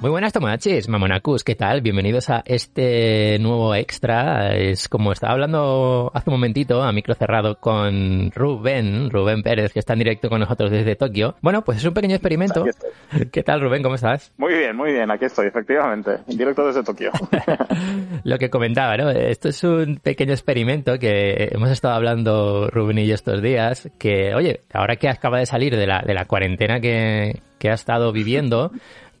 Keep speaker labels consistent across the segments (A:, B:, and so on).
A: Muy buenas tomachis, mamonacus, ¿qué tal? Bienvenidos a este nuevo extra. Es como estaba hablando hace un momentito a micro cerrado con Rubén, Rubén Pérez, que está en directo con nosotros desde Tokio. Bueno, pues es un pequeño experimento.
B: Aquí estoy.
A: ¿Qué tal, Rubén? ¿Cómo estás?
B: Muy bien, muy bien, aquí estoy, efectivamente, en directo desde Tokio.
A: Lo que comentaba, ¿no? Esto es un pequeño experimento que hemos estado hablando Rubén y yo estos días, que, oye, ahora que acaba de salir de la, de la cuarentena que, que ha estado viviendo,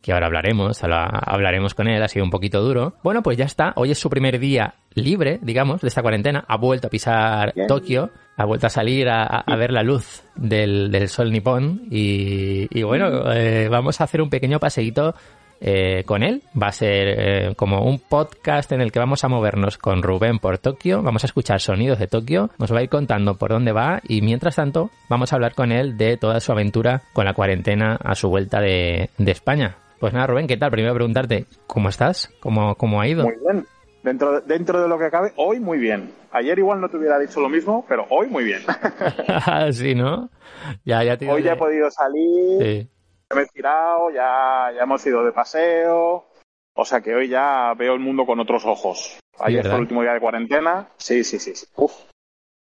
A: que ahora hablaremos, ahora hablaremos con él, ha sido un poquito duro. Bueno, pues ya está, hoy es su primer día libre, digamos, de esta cuarentena, ha vuelto a pisar
B: Bien.
A: Tokio, ha vuelto a salir a, a- a ver la luz del, del sol nipón y, y bueno, eh, vamos a hacer un pequeño paseíto eh, con él. Va a ser eh, como un podcast en el que vamos a movernos con Rubén por Tokio, vamos a escuchar sonidos de Tokio, nos va a ir contando por dónde va y mientras tanto vamos a hablar con él de toda su aventura con la cuarentena a su vuelta de, de España. Pues nada, Rubén, ¿qué tal? Primero preguntarte, ¿cómo estás? ¿Cómo, cómo ha ido?
B: Muy bien. Dentro de, dentro de lo que cabe, hoy muy bien. Ayer igual no te hubiera dicho lo mismo, pero hoy muy bien.
A: Ah, sí, ¿no? Ya, ya te
B: Hoy ya he podido salir,
A: Sí.
B: me he tirado, ya, ya hemos ido de paseo. O sea que hoy ya veo el mundo con otros ojos. Ayer
A: ¿verdad?
B: fue el último día de cuarentena. Sí, sí, sí. sí. Uf,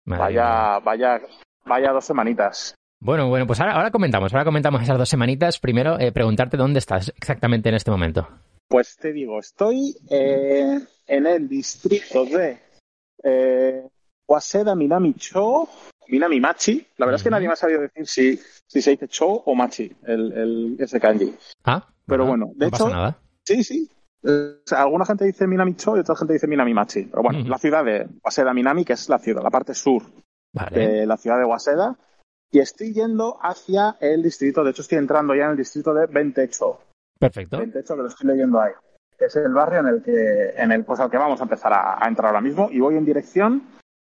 A: Madre mía.
B: vaya, vaya, vaya dos semanitas.
A: Bueno, bueno, pues ahora, ahora comentamos, ahora comentamos esas dos semanitas. Primero, eh, preguntarte dónde estás exactamente en este momento.
B: Pues te digo, estoy eh, en el distrito de eh, Waseda Minamicho, Minamimachi. La verdad es que nadie me ha sabido decir si, si se dice Cho o Machi, el, el, ese kanji.
A: Ah,
B: Pero
A: ah,
B: bueno, de
A: no pasa
B: hecho-
A: nada.
B: Sí, sí. Eh, o sea, alguna gente dice Minamicho y otra gente dice Minamimachi. Pero bueno,
A: Ujú.
B: la ciudad de Waseda Minami, que es la ciudad, la parte sur
A: Vale.
B: de la ciudad de Waseda. Y estoy yendo hacia el distrito, de hecho estoy entrando ya en el distrito de Bentecho.
A: Perfecto.
B: El techo que lo estoy leyendo ahí. que Es el barrio en el que, en el, pues al que vamos a empezar a, a entrar ahora mismo y voy en dirección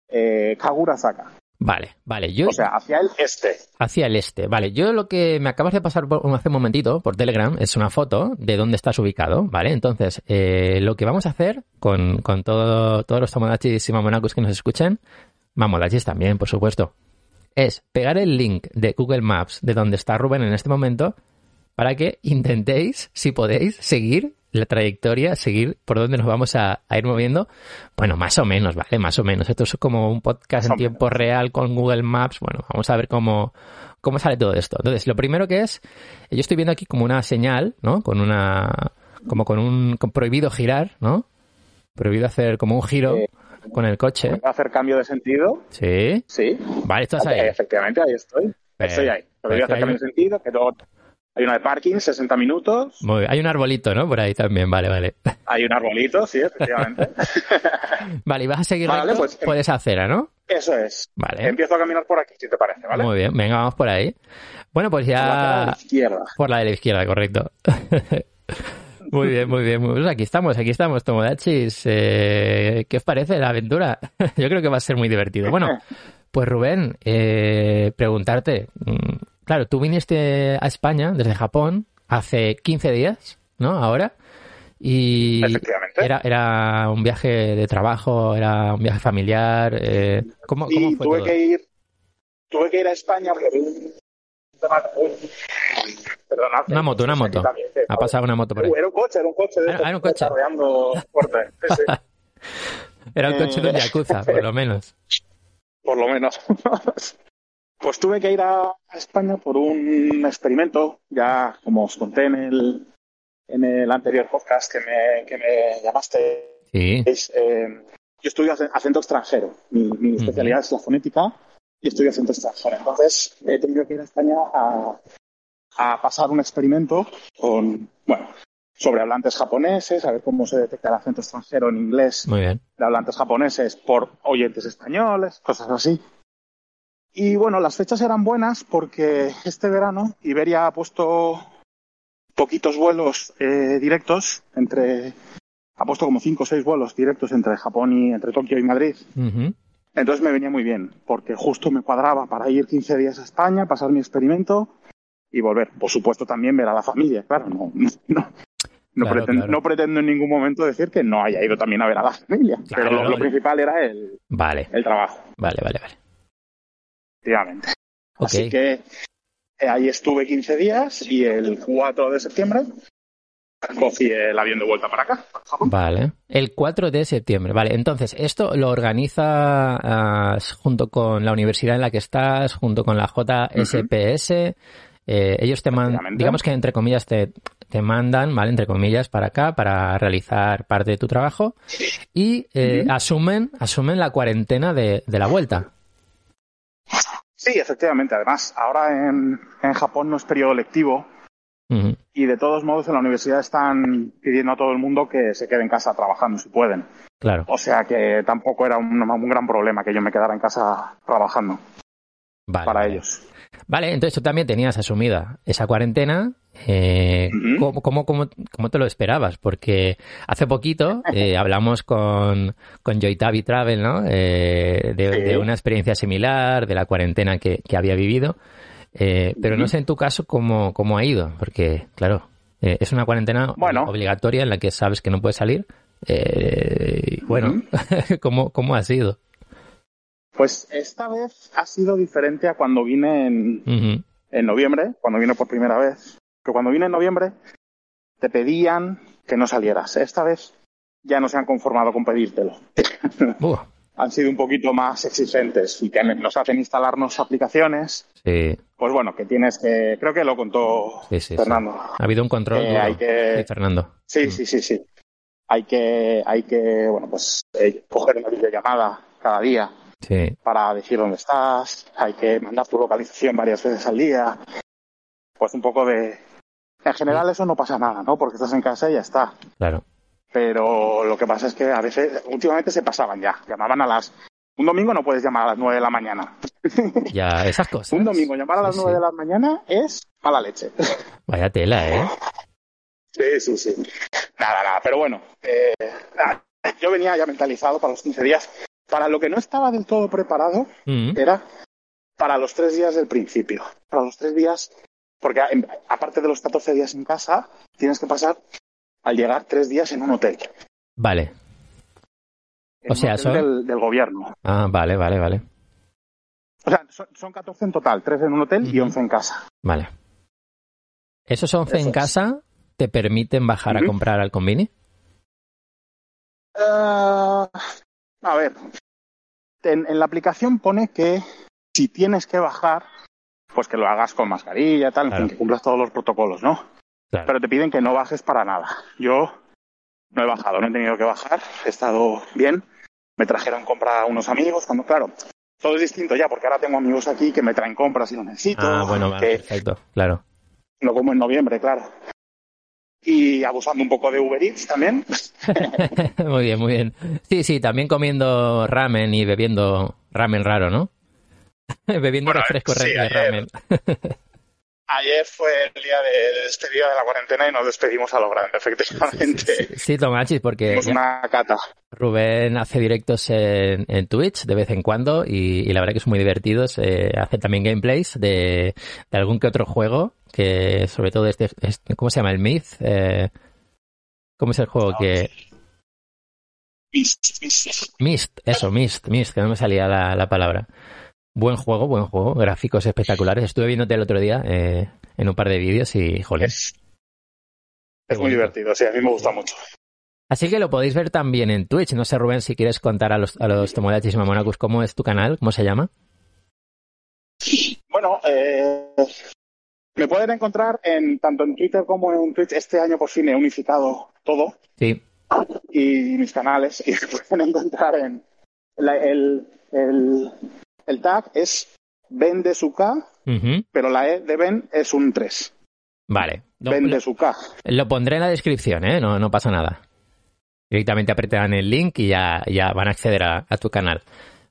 B: eh, Kagurasaka,
A: Vale, vale. Yo
B: o sea, hacia el este.
A: hacia el este. Vale, yo lo que me acabas de pasar por, hace un momentito por Telegram es una foto de dónde estás ubicado, ¿vale? Entonces, eh, lo que vamos a hacer con, con todo- todos los tomodachis y mamonacus que nos escuchen, mamodachis también, por supuesto, es pegar el link de Google Maps de donde está Rubén en este momento para que intentéis, si podéis, seguir la trayectoria, seguir por dónde nos vamos a, a ir moviendo. Bueno, más o menos, ¿vale? Más o menos. Esto es como un podcast
B: Más o
A: en tiempo real con Google Maps. Bueno, vamos a ver cómo, cómo sale todo esto. Entonces, lo primero que es, yo estoy viendo aquí como una señal, ¿no? Con una, como con un con prohibido girar, ¿no? Prohibido hacer como un giro
B: Eh.
A: con el coche.
B: ¿Voy a hacer cambio de sentido?
A: Sí.
B: Sí.
A: Vale, estás ahí.
B: Efectivamente, ahí estoy. Estoy ahí. Pero voy a hacer
A: Perfecto.
B: cambio de sentido, que luego hay una de parking, 60 minutos,
A: Muy bien. Hay un arbolito, ¿no? Por ahí también, vale, vale.
B: hay un arbolito, sí, efectivamente.
A: Vale, y vas a seguir
B: Vale,
A: recto
B: pues,
A: por esa acera, ¿no?
B: Eso es.
A: Vale.
B: Empiezo a caminar por aquí, si te parece, ¿vale?
A: Muy bien, venga, vamos por ahí. Bueno, pues
B: Por la cara de
A: ya
B: la izquierda.
A: por la de la izquierda, correcto. muy bien, muy bien. muy bien. Pues aquí estamos, aquí estamos, Tomodachis. Eh, ¿Qué os parece la aventura? Yo creo que va a ser muy divertido. Bueno, pues Rubén, eh, preguntarte. mm, Claro, tú viniste a España desde Japón hace 15 días, ¿no? Ahora. Y
B: Efectivamente.
A: era, era un viaje de trabajo, era un viaje familiar. eh, ¿cómo, cómo
B: y
A: fue
B: tuve
A: todo?
B: que ir tuve que ir a España porque vi un tema- uy. Perdonad. eh,
A: Una moto, una
B: Sí,
A: moto.
B: también, sí,
A: Ha
B: vale.
A: pasado una moto por ahí.
B: Uh, era un coche, era un coche. de
A: Ah,
B: estos
A: era un coche.
B: Carreando fuerte. Sí, sí,
A: Era un coche de un
B: Eh.
A: Yakuza, por lo menos.
B: por lo menos. pues tuve que ir a a España por un experimento, ya como os conté en el, en el anterior podcast que me, que me llamaste
A: Sí.
B: es, eh, yo estudio ac- acento extranjero. Mi, mi
A: Ujú.
B: especialidad es la fonética y estudio acento extranjero. Entonces, he tenido que ir a España a, a pasar un experimento con, bueno, sobre hablantes japoneses, a ver cómo se detecta el acento extranjero en inglés
A: Muy bien.
B: de hablantes japoneses por oyentes españoles, cosas así. Y bueno, las fechas eran buenas porque este verano Iberia ha puesto poquitos vuelos eh, directos entre ha puesto como cinco o seis vuelos directos entre Japón y entre Tokio y Madrid.
A: Ujú.
B: Entonces me venía muy bien, porque justo me cuadraba para ir 15 días a España, pasar mi experimento y volver. Por supuesto también ver a la familia, claro, no, no, no,
A: Claro,
B: preten-
A: claro.
B: no pretendo en ningún momento decir que no haya ido también a ver a la familia,
A: Claro,
B: pero lo, lo
A: hombre.
B: principal era el,
A: Vale,
B: el trabajo,
A: vale, vale, vale.
B: efectivamente.
A: Ok.
B: Así que eh, ahí estuve 15 días y el 4 de septiembre cogí el avión de vuelta para acá, para Japón.
A: Vale. El 4 de septiembre. Vale, entonces, esto lo organiza ah, junto con la universidad en la que estás, junto con la JSPS. Eh, ellos te mandan,
B: Efectivamente.
A: digamos que entre comillas, te, te mandan, ¿vale? Entre comillas, para acá, para realizar parte de tu trabajo. Y eh,
B: Ujú.
A: asumen, asumen la cuarentena de, de la vuelta.
B: Sí, efectivamente, además, ahora en, en Japón no es periodo lectivo,
A: Ujú.
B: y de todos modos en la universidad están pidiendo a todo el mundo que se quede en casa trabajando si pueden.
A: Claro.
B: O sea que tampoco era un, un gran problema que yo me quedara en casa trabajando
A: Vale.
B: para
A: vale.
B: ellos.
A: Vale, entonces tú también tenías asumida esa cuarentena. eh,
B: Ujú.
A: ¿cómo- cómo, cómo- cómo te lo esperabas? Porque hace poquito eh, hablamos con, con Joytavi Travel, ¿no? Eh, de,
B: Sí.
A: de una experiencia similar, de la cuarentena que, que había vivido. Eh, pero no
B: Ujú.
A: sé en tu caso cómo, cómo ha ido, porque, claro, eh, es una cuarentena
B: Bueno.
A: obligatoria en la que sabes que no puedes salir. Eh, y bueno, ¿cómo, ¿cómo ha sido?
B: Pues esta vez ha sido diferente a cuando vine en,
A: Ujú,
B: en noviembre, cuando vine por primera vez. Que cuando vine en noviembre te pedían que no salieras. Esta vez ya no se han conformado con pedírtelo.
A: Buah,
B: Han sido un poquito más exigentes y que nos hacen instalarnos aplicaciones.
A: sí,
B: Pues bueno, que tienes que... Creo que lo contó
A: sí, sí, sí.
B: Fernando.
A: Ha habido un control.
B: Eh,
A: duro.
B: hay que-
A: Sí, Fernando.
B: Sí,
A: Mm.
B: sí, sí, sí. Hay que, hay que, bueno, pues eh, coger una videollamada cada día
A: Sí,
B: para decir dónde estás. Hay que mandar tu localización varias veces al día. Pues un poco de. En general eso no pasa nada, ¿no? Porque estás en casa y ya está.
A: claro.
B: Pero lo que pasa es que a veces, últimamente se pasaban ya. Llamaban a las. Un domingo no puedes llamar a las nueve de la mañana.
A: Ya, esas cosas.
B: Un domingo llamar a las
A: Sí,
B: nueve
A: sí.
B: de la mañana es mala leche.
A: Vaya tela, ¿eh?
B: Sí, sí, sí. Nada, nada, pero bueno, eh, nada, yo venía ya mentalizado para los 15 días. Para lo que no estaba del todo preparado
A: Mm.
B: era para los tres días del principio. Para los tres días, porque a- en- aparte de los 14 días en casa, tienes que pasar al llegar tres días en un hotel.
A: Vale.
B: En
A: O
B: un
A: sea,
B: hotel
A: son-
B: del, del gobierno.
A: Ah, vale, vale, vale.
B: O sea, son, son 14 en total, tres en un hotel y
A: Ujú.
B: 11 en casa.
A: Vale. ¿Esos 11
B: Eso
A: en
B: es.
A: casa te permiten bajar a
B: Ujú.
A: comprar al convini?
B: Ah, a ver, en, en la aplicación pone que si tienes que bajar, pues que lo hagas con mascarilla, tal, en
A: Claro.
B: fin, que cumplas todos los protocolos, ¿no?
A: Claro.
B: Pero te piden que no bajes para nada. Yo no he bajado, no he tenido que bajar, he estado bien. Me trajeron compra unos amigos, cuando claro, todo es distinto ya, porque ahora tengo amigos aquí que me traen compras si lo necesito,
A: Ah, bueno, vale,
B: que
A: perfecto. Claro.
B: lo como en noviembre, claro. Y abusando un poco de Uber Eats también,
A: muy bien, muy bien. Sí, sí, también comiendo ramen y bebiendo ramen raro, ¿no? bebiendo
B: Bueno,
A: refresco
B: sí,
A: de
B: ayer-
A: ramen.
B: Ayer fue el día de despedida de la cuarentena y nos despedimos a lo grande,
A: Sí,
B: efectivamente.
A: sí, sí, Tomachis, porque
B: Hicimos una cata.
A: Rubén hace directos en, en Twitch de vez en cuando y, y la verdad que son muy divertidos. Eh, hace también gameplays de, de algún que otro juego, que sobre todo este, este- ¿cómo se llama? El Myth. Eh, ¿Cómo es el juego? que Mist, eso, Mist, Mist, que no me salía la, la palabra. Buen juego, buen juego, gráficos espectaculares. Estuve viéndote el otro día eh, en un par de vídeos y, jolín.
B: Es,
A: Qué
B: es muy
A: bonito.
B: divertido, sí, a mí me gusta mucho.
A: Así que lo podéis ver también en Twitch. No sé, Rubén, si quieres contar a los, a los Tomodachis y Mamonacus cómo es tu canal, cómo se llama.
B: Bueno, eh, me pueden encontrar en tanto en Twitter como en Twitch. Este año por fin he unificado todo
A: Sí,
B: y mis canales. Y me pueden encontrar en. la- el, el, el tag es Ben de su K,
A: Ujú.
B: pero la E de Ben es un 3.
A: Vale. Lo,
B: Vende su K.
A: lo pondré en la descripción, ¿eh? No, no pasa nada. Directamente apretan el link y ya, ya van a acceder a, a tu canal.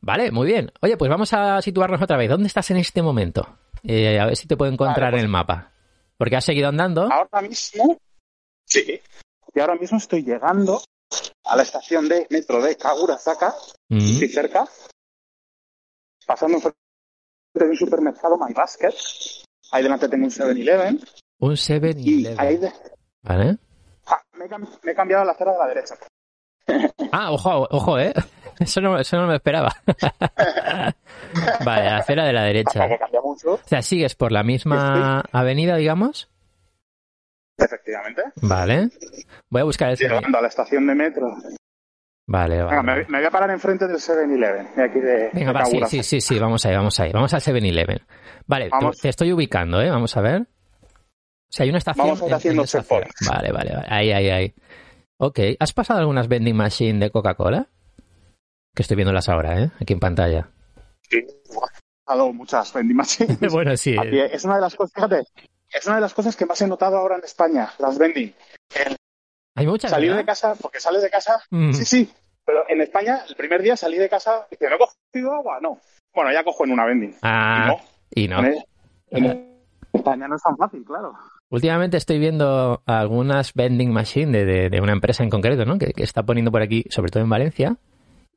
A: Vale, muy bien. Oye, pues vamos a situarnos otra vez. ¿Dónde estás en este momento? Eh, a ver si te puedo encontrar
B: Vale, pues- Ah,
A: en el mapa. Porque has seguido andando.
B: Ahora mismo. Sí. Y ahora mismo estoy llegando a la estación de metro de Kagurasaka,
A: Mm,
B: estoy cerca, pasando por de un supermercado My Basket. Ahí delante tengo un 7-Eleven.
A: Un
B: Y ahí
A: 7
B: de-
A: ¿Vale?
B: Ja, me, he cam- me he cambiado a la acera de la derecha.
A: Ah, ojo, ojo, ¿eh? Eso no, eso no me esperaba. vale, la acera de la derecha.
B: Hasta que cambia mucho,
A: O sea, sigues por la misma avenida, digamos.
B: efectivamente.
A: Vale. Voy a buscar el 7
B: Llegando a la estación de metro.
A: Vale,
B: Venga, me,
A: vale.
B: me voy a parar enfrente del 7-Eleven, de aquí de,
A: Venga,
B: de
A: va, sí,
B: Kagurasaka.
A: sí, sí, sí, vamos ahí, vamos ahí. Vamos al 7-Eleven. Vale, te-
B: Vamos.
A: te estoy ubicando, ¿eh? Vamos a ver. O sea, hay una estación.
B: Vamos a ir
A: en- en
B: haciendo
A: esa acera.
B: checkpoints.
A: Vale, vale, vale. Ahí, ahí, ahí. Ok, ¿has pasado algunas vending machine de Coca-Cola? Que estoy viéndolas ahora, ¿eh? Aquí en pantalla.
B: Ha dado muchas vending machines.
A: bueno, sí.
B: Aquí es una de las cosas, fíjate, es una de las cosas que más he notado ahora en España, las vending.
A: Hay muchas.
B: Salir
A: ¿verdad?
B: de casa, porque sales de casa,
A: Mm.
B: sí, sí, pero en España el primer día salí de casa, dije, ¿no he cogido agua? No. Bueno, ya cojo en una vending. Y
A: Ah,
B: no,
A: y no.
B: en- en España no es tan fácil, claro.
A: Últimamente estoy viendo algunas vending machine de, de- de una empresa en concreto, ¿no? Que, que está poniendo por aquí, sobre todo en Valencia.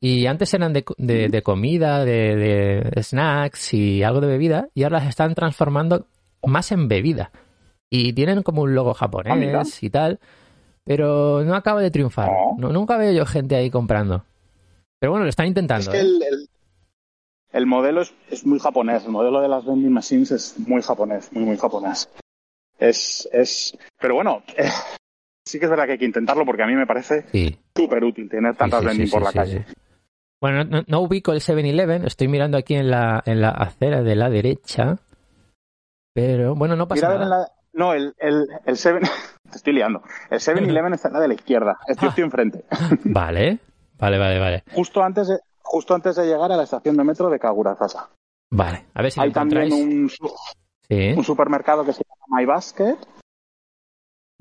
A: Y antes eran de, co- de- de comida, de, de snacks y algo de bebida. Y ahora las están transformando más en bebida. Y tienen como un logo
B: Ah, mira. Ah.
A: japonés y tal. Pero no acaba de triunfar.
B: No.
A: No, nunca veo yo gente ahí comprando. Pero bueno, lo están intentando.
B: Es que
A: ¿eh?
B: el, el- el modelo es, es muy japonés, el modelo de las vending machines es muy japonés, muy, muy japonés. Es, es, pero bueno, eh, sí que es verdad que hay que intentarlo porque a mí me parece
A: Sí.
B: súper útil tener tantas
A: Sí, sí,
B: vending
A: sí,
B: por
A: sí,
B: la
A: sí,
B: calle.
A: sí. Bueno, no, no ubico el 7-Eleven, estoy mirando aquí en la, en la acera de la derecha. Pero bueno, no pasa
B: Mira, a ver
A: nada.
B: en la- No, el, el, el 7... Te estoy liando. El 7-Eleven está en la de la izquierda. Estoy,
A: Ah.
B: estoy enfrente.
A: Vale, vale, vale, vale.
B: Justo antes, de, justo antes de llegar a la estación de metro de Kagurasasa.
A: Vale, a ver si lo
B: Hay también
A: encontráis. ¿eh?
B: un, su-
A: Sí,
B: un supermercado que se llama My Basket.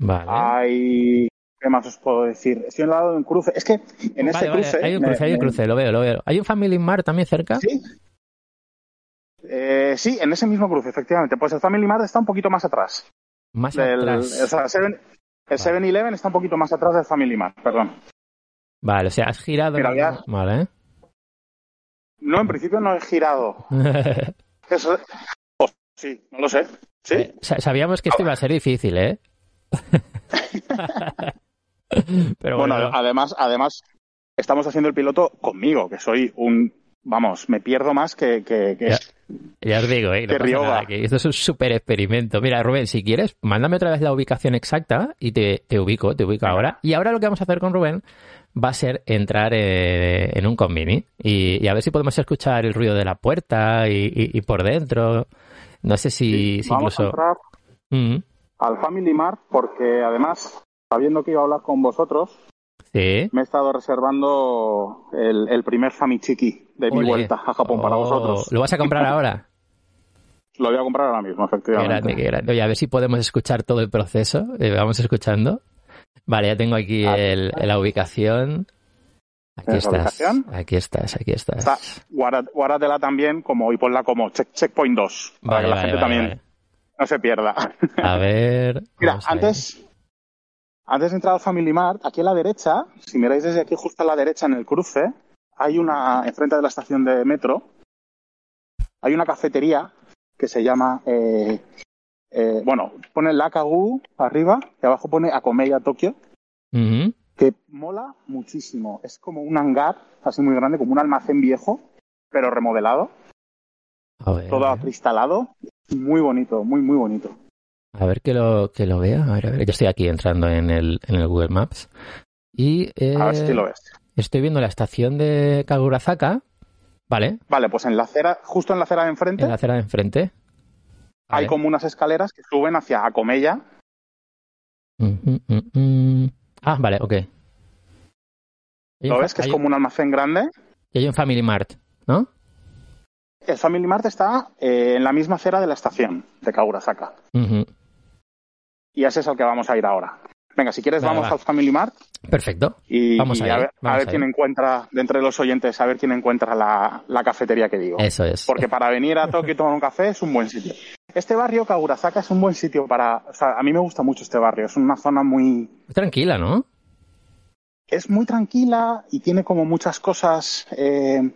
A: vale.
B: Ah, Hay... ¿Qué más os puedo decir? Estoy al lado de un cruce. Es que en
A: Vale,
B: ese
A: vale,
B: cruce...
A: Hay un
B: me-
A: cruce, hay un
B: me-
A: cruce, lo veo, lo veo. ¿Hay un Family Mart también cerca?
B: Sí. Eh, sí, en ese mismo cruce, efectivamente. Pues el Family Mart está un poquito más atrás.
A: Más
B: Del, o
A: atrás.
B: sea, el 7 el 7-Eleven está un poquito más atrás del Family Mart, perdón.
A: Vale, o sea, has girado.
B: Mira, ya.
A: Vale.
B: No, en principio no he girado. Eso- pues, sí, no lo sé. ¿Sí?
A: Sa- Sabíamos que esto iba a ser difícil, ¿eh? Pero
B: Bueno,
A: bueno,
B: además, además, estamos haciendo el piloto conmigo, que soy un. Vamos, me pierdo más que. que, que- este.
A: Ya. Ya os digo, ¿eh? No
B: De
A: pasa nada,
B: Rioja.
A: que esto es un súper experimento. Mira, Rubén, si quieres, mándame otra vez la ubicación exacta y te, te ubico, te ubico ahora. Y ahora lo que vamos a hacer con Rubén va a ser entrar eh, en un convini y, y a ver si podemos escuchar el ruido de la puerta y, y- y por dentro. No sé si, si
B: Vamos
A: incluso...
B: a entrar
A: Mm,
B: al Family Mart porque además, sabiendo que iba a hablar con vosotros,
A: sí.
B: me he estado reservando el, el primer Famichiki de mi
A: Ole.
B: vuelta a Japón para
A: Oh,
B: vosotros.
A: ¿Lo vas a comprar ahora?
B: Lo voy a comprar ahora mismo,
A: Qué
B: efectivamente.
A: grande, qué grande. Oye, a ver si podemos escuchar todo el proceso. Eh, vamos escuchando. Vale, ya tengo aquí
B: Aquí
A: el- la ubicación. Aquí
B: ¿Tienes la
A: estás.
B: ubicación?
A: Aquí estás, aquí estás.
B: Está, guarda- guárdatela también como y ponla como check- checkpoint 2 para
A: Vale,
B: que la
A: vale,
B: gente
A: vale,
B: también no se pierda.
A: vale. A ver.
B: Mira,
A: vamos a ver.
B: antes, antes de entrar al Family Mart, aquí a la derecha, si miráis desde aquí justo a la derecha en el cruce, hay una, enfrente de la estación de metro, hay una cafetería que se llama, eh, eh, bueno, pone Lakagu arriba y abajo pone Akomeya Tokio,
A: Ujú.
B: que mola muchísimo. Es como un hangar, así muy grande, como un almacén viejo, pero remodelado,
A: A ver.
B: todo acristalado. Muy bonito, muy, muy bonito.
A: A ver que lo, que lo vea. A ver, a ver. Yo estoy aquí entrando en el, en el Google Maps. Y eh,
B: A ver si lo ves.
A: estoy viendo la estación de Kagurazaka. Vale,
B: Vale, pues en la acera, justo en la acera de enfrente,
A: en la acera de enfrente. Vale.
B: Hay como unas escaleras que suben hacia Acomella.
A: Mm, mm, mm, mm. Ah, vale, ok. Hay
B: ¿Lo
A: un
B: ves?
A: fa-
B: Que es
A: hay-
B: como un almacén grande.
A: y hay un Family Mart, ¿no?
B: El Family Mart está eh, en la misma acera de la estación de Kaurasaka.
A: Ujú.
B: y ese es al que vamos a ir ahora. Venga, si quieres
A: Vale,
B: vamos
A: va.
B: al Family Mart
A: Perfecto.
B: y,
A: Vamos
B: y
A: a
B: a,
A: ir,
B: ver, a
A: vamos
B: ver
A: a
B: quién
A: ir.
B: encuentra, de entre los oyentes, a ver quién encuentra la, la cafetería que digo.
A: Eso es.
B: Porque para venir a Tokio y tomar un café es un buen sitio. Este barrio, Kagurasaka, es un buen sitio para... O sea, a mí me gusta mucho este barrio. Es una zona muy...
A: Tranquila, ¿no?
B: Es muy tranquila y tiene como muchas cosas... eh,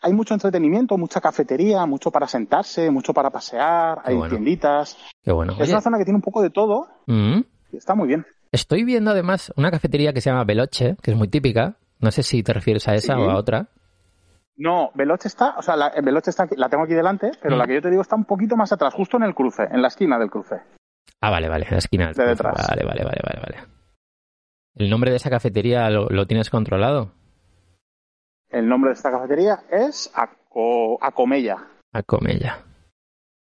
B: Hay mucho entretenimiento, mucha cafetería, mucho para sentarse, mucho para pasear,
A: Qué
B: hay
A: bueno.
B: tienditas.
A: Qué bueno.
B: Es
A: Oye,
B: una zona que tiene un poco de todo
A: mm,
B: y está muy bien.
A: Estoy viendo además una cafetería que se llama Veloce, que es muy típica. No sé si te refieres a esa
B: Sí.
A: o a otra.
B: No, Veloce está, o sea, la, Veloce está, aquí- la tengo aquí delante, pero
A: Mm.
B: la que yo te digo está un poquito más atrás, justo en el cruce, en la esquina del cruce.
A: Ah, vale, vale, en la esquina. del
B: De
A: cruce.
B: detrás.
A: Vale, vale, vale, vale, vale. ¿El nombre de esa cafetería lo, lo tienes controlado?
B: El nombre de esta cafetería es Ako- Akomella.
A: A Comella. Ah,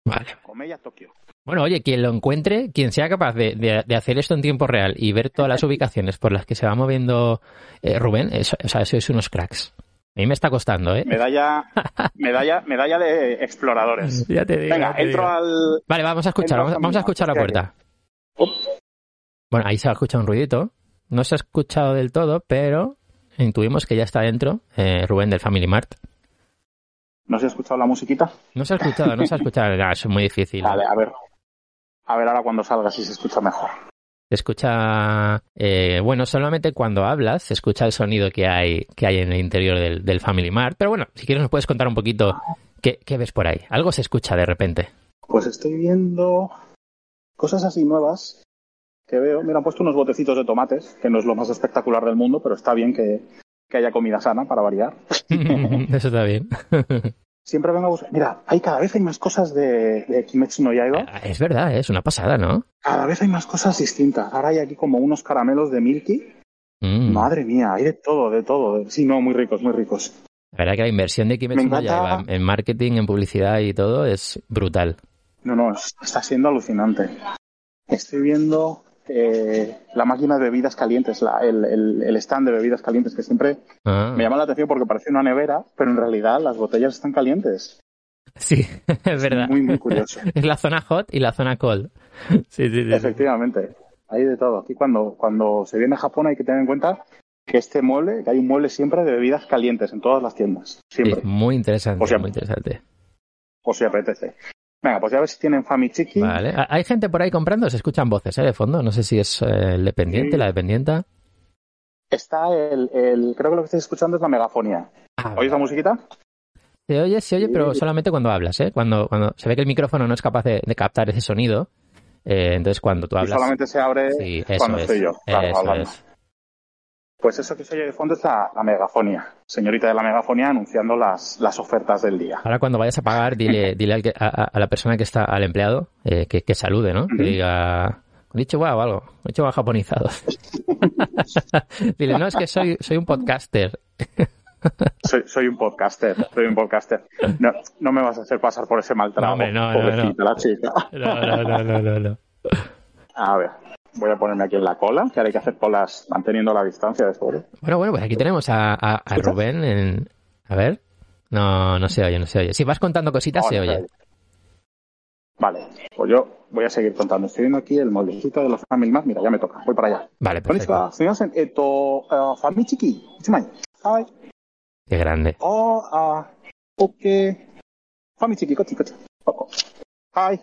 A: Vale.
B: Akomella, Tokio.
A: Bueno, oye, quien lo encuentre, quien sea capaz de, de- de hacer esto en tiempo real y ver todas las ubicaciones por las que se va moviendo eh, Rubén, eso, o sea, sois unos cracks. A mí me está costando, ¿eh?
B: Medalla, medalla, medalla de exploradores.
A: Ya te digo.
B: Venga,
A: ya te digo.
B: entro al.
A: Vale, vamos a escuchar,
B: entro
A: vamos,
B: al
A: vamos a
B: camino,
A: escuchar la
B: es que-
A: puerta. Bueno, ahí se ha escuchado un ruidito. No se ha escuchado del todo, pero intuimos que ya está dentro eh, Rubén del Family Mart.
B: No sé si has escuchado la musiquita.
A: No se ha escuchado, no se ha escuchado. Ah, es muy difícil.
B: Vale, a ver. A ver ahora cuando salga si se escucha mejor.
A: Se escucha. eh, bueno, solamente cuando hablas se escucha el sonido que hay, que hay en el interior del, del Family Mart. Pero bueno, si quieres nos puedes contar un poquito qué, qué ves por ahí. Algo se escucha de repente.
B: Pues estoy viendo cosas así nuevas que veo. Mira, han puesto unos botecitos de tomates, que no es lo más espectacular del mundo, pero está bien que, que haya comida sana para variar.
A: Eso está bien.
B: Siempre vengo a buscar. Mira, hay cada vez hay más cosas de, de Kimetsu no Yaiba.
A: Ah, Es verdad, ¿eh? es una pasada, ¿no?
B: Cada vez hay más cosas distintas. Ahora hay aquí como unos caramelos de Milky.
A: Mm.
B: Madre mía, hay de todo, de todo. Sí, no, muy ricos, muy ricos.
A: La verdad que la inversión de Kimetsu
B: Me
A: no
B: encanta.
A: Yaiba en marketing, en publicidad y todo es brutal.
B: No, no, es- está siendo alucinante. Estoy viendo eh, la máquina de bebidas calientes, la- el, el- el stand de bebidas calientes, que siempre
A: Ah,
B: me llama la atención porque parece una nevera, pero en realidad las botellas están calientes.
A: Sí, es verdad.
B: Muy, muy curioso.
A: Es la zona hot y la zona cold. Sí, sí, sí, sí.
B: Efectivamente, hay de todo. Aquí cuando, cuando se viene a Japón hay que tener en cuenta que este mueble, que hay un mueble siempre de bebidas calientes en todas las tiendas.
A: Sí,
B: Siempre,
A: muy interesante,
B: O sea,
A: muy interesante.
B: por si apetece. Venga, pues ya a ver si tienen Famichiki.
A: Vale. Ah, Hay gente por ahí comprando, se escuchan voces ¿eh? de fondo. No sé si es eh, el dependiente,
B: Sí.
A: la dependienta.
B: Está el, el- creo que lo que estáis escuchando es la megafonía.
A: Ah,
B: ¿Oís la musiquita?
A: se oye, se oye,
B: Sí.
A: pero solamente cuando hablas. ¿eh? Cuando, cuando se ve que el micrófono no es capaz de, de captar ese sonido. eh, entonces, cuando tú
B: Y
A: hablas.
B: solamente se abre
A: Sí, eso
B: cuando
A: es.
B: estoy yo. claro,
A: eso
B: hablando.
A: es.
B: Pues eso que se oye de fondo es la, la megafonía. Señorita de la megafonía anunciando las, las ofertas del día.
A: Ahora cuando vayas a pagar, dile, dile al que- a, a- a la persona que está, al empleado, eh, que, que salude, ¿no? Que
B: Ujú.
A: diga, dicho guau o algo, dicho guau japonizado. dile, no, es que soy, soy un podcaster.
B: Soy, soy un podcaster, soy un podcaster. No, no me vas a hacer pasar por ese mal trago.
A: No, hombre, no, no,
B: pobrecita la chica.
A: No, no, no, no, no. no.
B: A ver, voy a ponerme aquí en la cola, que ahora hay que hacer colas manteniendo la distancia de seguro.
A: Bueno, bueno, pues aquí tenemos a, a- a Rubén en... A ver. No, no se oye, no se oye. Si vas contando cositas, se
B: Ahora,
A: oye.
B: Ah, espera. Vale, pues yo voy a seguir contando. Estoy viendo aquí el moldecito de los Family Mart. Mira, ya me toca, voy para allá.
A: Vale, perfecto.
B: eh, こんにちは。すみません。えっと、ファミチキ、一枚。はい。
A: Qué grande.
B: ああ、OK。ファミチキ、こっち、こっち。はい。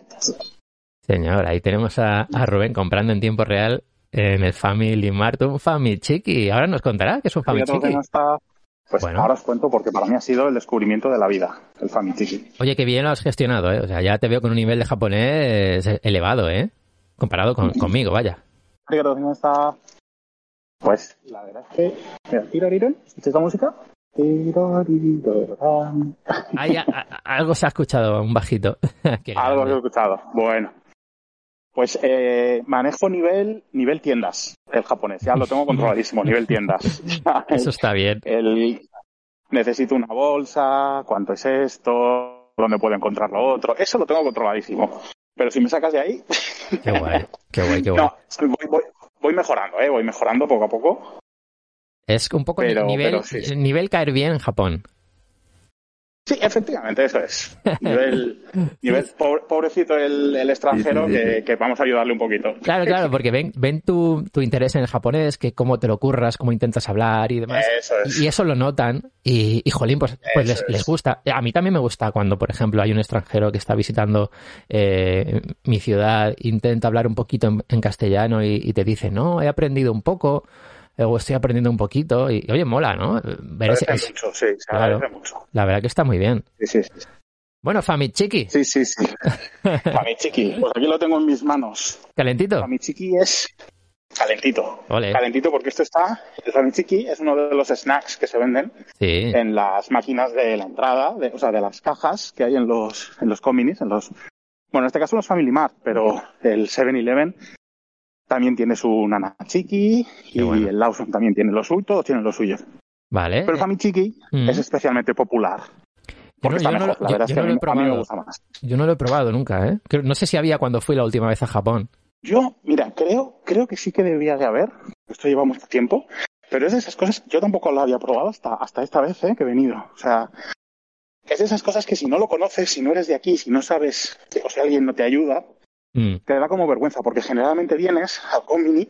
A: Señor, ahí tenemos a, a Rubén comprando en tiempo real en el Family Mart un Famichiki. Ahora nos contará que es un
B: Fíjate que
A: Famichiki.
B: no está- Pues
A: Bueno.
B: ahora os cuento porque para mí ha sido el descubrimiento de la vida, el Famichiki.
A: Oye, qué bien lo has gestionado, ¿eh? O sea, ya te veo con un nivel de japonés elevado, ¿eh? Comparado con, conmigo, vaya.
B: Arigato gozaimashita. Pues la verdad es que... Mira, tirariren, ¿escucháis la música? Tiraririrán.
A: Ahí a- a- algo se ha escuchado, un bajito. Qué
B: Algo que he
A: grande.
B: escuchado. Bueno. Pues eh, manejo nivel nivel tiendas, el japonés. Ya lo tengo controladísimo, nivel tiendas.
A: Eso está bien.
B: El, necesito una bolsa, cuánto es esto, dónde puedo encontrar lo otro. Eso lo tengo controladísimo. Pero si me sacas de ahí,
A: Qué guay, qué guay, qué guay.
B: no, voy, voy- voy mejorando, ¿eh? voy mejorando poco a poco.
A: es un poco ni-
B: pero-
A: nivel,
B: pero sí, sí.
A: nivel caer bien en Japón.
B: Sí, efectivamente, eso es. Nivel, nivel pobre- pobrecito el, el extranjero
C: Sí, sí, sí,
B: que, que vamos a ayudarle un poquito.
A: Claro, claro, porque ven, ven tu, tu interés en el japonés, que cómo te lo curras, cómo intentas hablar y demás.
B: Eso es.
A: Y y eso lo notan y, y, jolín, pues, pues les,
B: Eso es.
A: les gusta. A mí también me gusta cuando, por ejemplo, hay un extranjero que está visitando eh, mi ciudad, intenta hablar un poquito en, en castellano y, y te dice, no, he aprendido un poco, eh, o estoy aprendiendo un poquito. Y, y, oye, mola, ¿no? Ver ese-
B: Agradece
A: ese-
B: mucho, sí, se
A: Claro.
B: agradece mucho.
A: la verdad que está muy bien.
B: Sí, sí, sí.
A: Bueno, Famichiki,
B: Sí, sí, sí. Famichiki. Pues aquí lo tengo en mis manos.
A: calentito.
B: Famichiki es calentito.
A: Ole.
B: Calentito porque esto está... El famichiki es uno de los snacks que se venden
A: Sí,
B: en las máquinas de la entrada, de- o sea, de las cajas que hay en los, en los cominis, en los... Bueno, en este caso los Family Mart, pero el 7-Eleven también tiene su nanachiki y
A: Qué bueno.
B: el Lawson también tiene lo suyo, todos tienen lo suyo.
A: vale.
B: Pero el Famichiki
A: Mm.
B: es especialmente popular.
A: Yo no-
B: Porque está
A: yo no lo-
B: mejor, la
A: yo-
B: verdad
A: yo
B: es que
A: no
B: a
A: lo
B: mí,
A: he
B: a mí me
A: probado.
B: gusta más.
A: Yo no lo he probado nunca, ¿eh? Creo- No sé si había cuando fui la última vez a Japón.
B: Yo, mira, creo, creo que sí que debería de haber, esto lleva mucho tiempo, pero es de esas cosas, yo tampoco lo había probado hasta, hasta esta vez eh, que he venido. O sea, es de esas cosas que si no lo conoces, si no eres de aquí, si no sabes, o si alguien no te ayuda,
A: Mm,
B: te da como vergüenza, porque generalmente vienes al Comini,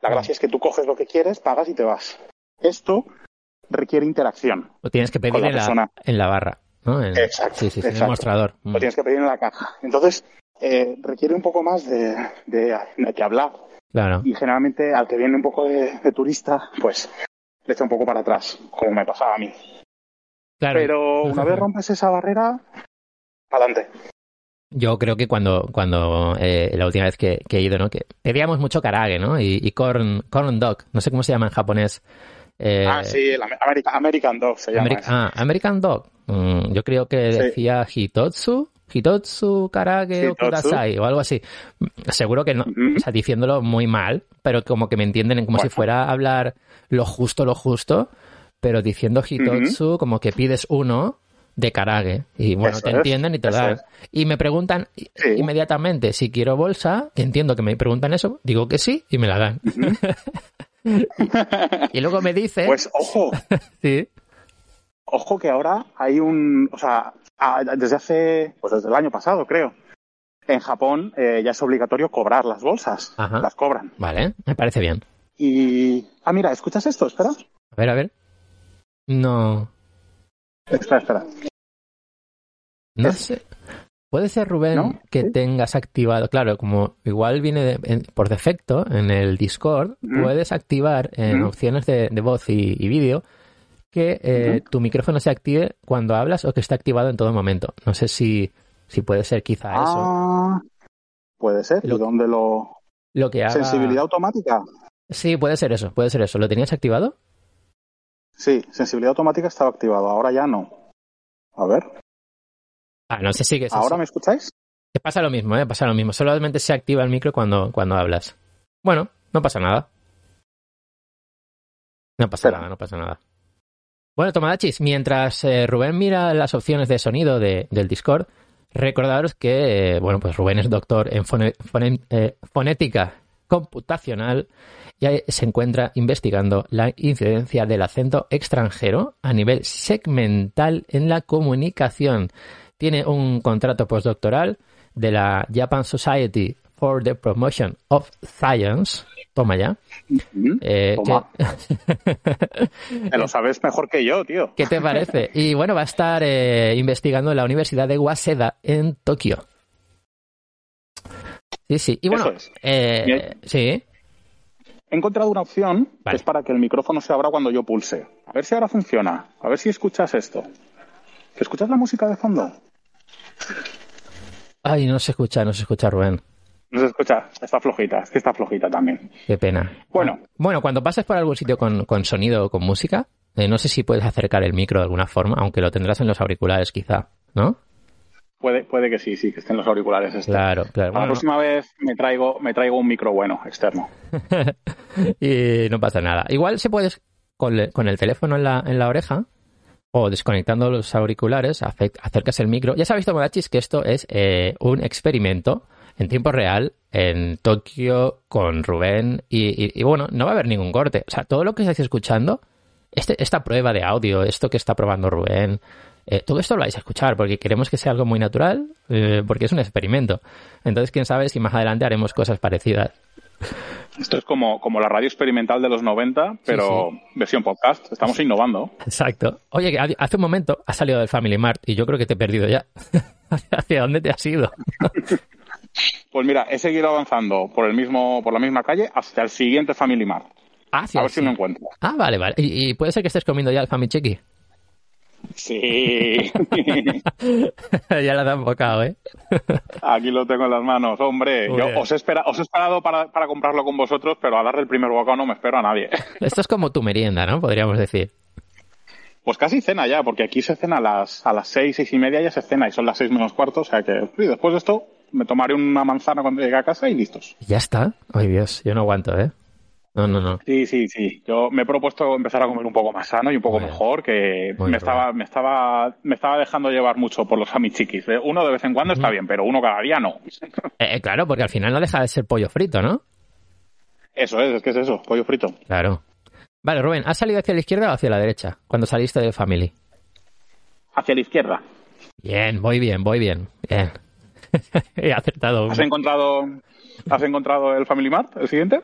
B: la gracia es que tú coges lo que quieres, pagas y te vas. Esto requiere interacción,
A: Lo tienes que pedir
B: la
A: en la,
B: persona.
A: en la barra, ¿no? En-
B: Exacto,
A: Sí, sí, sí, en el
B: exacto.
A: mostrador. Mm.
B: lo tienes que pedir en la caja. Entonces, eh, requiere un poco más de, de, de hablar,
A: Claro.
B: y generalmente al que viene un poco de, de turista, pues le echa un poco para atrás, como me pasaba a mí.
A: claro.
B: Pero una vez rompes esa barrera, adelante.
A: Yo creo que cuando, cuando eh, la última vez que, que he ido, ¿no? Que pedíamos mucho karage, ¿no? Y, y corn, corn dog, no sé cómo se llama en japonés. Eh,
B: ah, sí, el Amer- America- American Dog se llama.
A: Ameri- ah, American dog. Mm, yo creo que
B: Sí.
A: decía hitotsu, hitotsu, karage o
B: Hitotsu.
A: kudasai o algo así. Mm, Seguro que no,
B: Ujú.
A: o sea, diciéndolo muy mal, pero como que me entienden en como si
B: Bueno.
A: fuera a hablar lo justo, lo justo, pero diciendo hitotsu como que pides uno de karage y bueno,
B: Eso
A: te
B: es,
A: entienden y te
B: eso
A: dan.
B: es.
A: Y me preguntan inmediatamente si quiero bolsa, que entiendo que me preguntan eso, digo que sí y me la dan.
B: ¿eh?
A: y luego me dice,
B: Pues ojo,
A: sí,
B: ojo que ahora hay un, o sea, a- desde hace, pues desde el año pasado creo, en Japón eh, ya es obligatorio cobrar las bolsas,
A: Ajá.
B: las cobran.
A: vale, me parece bien.
B: Y, ah, mira, ¿escuchas esto? Espera,
A: A ver, a ver. No,
B: espera, espera.
A: no
B: ¿Eh?
A: sé. Puede ser, Rubén,
B: ¿No?
A: que
B: ¿Sí?
A: tengas activado, claro, como igual viene de- en- por defecto en el Discord,
B: Ujú.
A: puedes activar en
B: Ujú.
A: opciones de, de voz y, y vídeo que eh, tu micrófono se active cuando hablas o que esté activado en todo momento. No sé si, si puede ser quizá eso.
B: Ah, puede ser.
A: Lo-
B: ¿Y dónde lo...?
A: Lo que haga...
B: ¿Sensibilidad automática?
A: Sí, puede ser eso, puede ser eso. ¿Lo tenías activado?
B: Sí, sensibilidad automática estaba activado, ahora ya no. A ver,
A: Ah, no sé si que
B: ¿ahora me escucháis?
A: Te pasa lo mismo, eh, pasa lo mismo. Solamente se activa el micro cuando, cuando hablas. Bueno, no pasa nada. No pasa
B: Espera.
A: nada, no pasa nada. Bueno, Tomadachis, mientras eh, Rubén mira las opciones de sonido de- del Discord, recordaros que, eh, bueno, pues Rubén es doctor en fone- fone- eh, fonética computacional y ahí se encuentra investigando la incidencia del acento extranjero a nivel segmental en la comunicación. Tiene un contrato postdoctoral de la Japan Society for the Promotion of Science. Toma ya.
B: Mm,
A: Eh,
B: Toma.
A: que-
B: Te lo sabes mejor que yo, tío.
A: ¿Qué te parece? Y bueno, va a estar eh, investigando en la Universidad de Waseda en Tokio. Sí, sí. Y bueno,
B: Eso es.
A: eh,
B: Bien.
A: sí,
B: He encontrado una opción
A: Vale.
B: que es para que el micrófono se abra cuando yo pulse. A ver si ahora funciona. A ver si escuchas esto. ¿Te escuchas la música de fondo?
A: Ay, no se escucha, no se escucha, Rubén.
B: No se escucha. Está flojita. Es que está flojita también.
A: Qué pena.
B: Bueno.
A: Bueno, cuando pases por algún sitio con, con sonido o con música, eh, no sé si puedes acercar el micro de alguna forma, aunque lo tendrás en los auriculares quizá, ¿no?
B: Puede, puede que sí, sí, que estén los auriculares. este.
A: Claro, claro.
B: la
A: Bueno, pues
B: próxima vez me traigo, me traigo un micro bueno externo.
A: no- y no pasa nada. Igual se puedes con, le- con el teléfono en la, en la oreja o desconectando los auriculares, ace- acercas el micro. Ya sabéis, Tomodachis, que esto es eh, un experimento en tiempo real en Tokio con Rubén y, y- y bueno, no va a haber ningún corte. O sea, todo lo que estáis escuchando, este- esta prueba de audio, esto que está probando Rubén, Eh, todo esto lo vais a escuchar porque queremos que sea algo muy natural, eh, porque es un experimento. Entonces, quién sabe si más adelante haremos cosas parecidas.
D: Esto es como, como la radio experimental de los 90, pero
A: Sí,
D: versión podcast. Estamos innovando.
A: Exacto. Oye, que ha- hace un momento has salido del Family Mart y yo creo que te he perdido ya. ¿Hacia dónde te has ido?
D: Pues mira, he seguido avanzando por el mismo, por la misma calle hasta el siguiente Family Mart.
A: Hacia
D: A
A: el
D: ver si lo encuentro.
A: Ah, vale, vale. ¿Y, y puede ser que estés comiendo ya el famichiki?
D: Sí.
A: ya la dan bocado, ¿eh?
D: Aquí lo tengo en las manos, hombre.
A: Muy
D: Yo
A: bien.
D: os he, espera- os he esperado para, para comprarlo con vosotros, pero a darle el primer bocado no me espero a nadie.
A: Esto es como tu merienda, ¿no? Podríamos decir.
D: Pues casi cena ya, porque aquí se cena a las, a las seis, seis y media ya se cena y son las seis menos cuarto, o sea que y después de esto me tomaré una manzana cuando llegue a casa y listos.
A: Ya está. Ay, Dios, yo no aguanto, ¿eh? No, no, no.
D: Sí, sí, sí. Yo me he propuesto empezar a comer un poco más sano y un poco
A: Muy bien.
D: mejor, que me
A: Muy bien.
D: estaba, me estaba, me estaba dejando llevar mucho por los amichiquis. ¿eh? Uno de vez en cuando está bien, pero uno cada día no.
A: Eh, eh, claro, porque al final no deja de ser pollo frito, ¿no?
D: Eso es, es que es eso, pollo frito.
A: Claro. Vale, Rubén, ¿has salido hacia la izquierda o hacia la derecha cuando saliste de Family?
D: Hacia la izquierda.
A: Bien, voy bien, voy bien. Bien. He acertado.
D: ¿Has encontrado, has encontrado el Family Mart, el siguiente?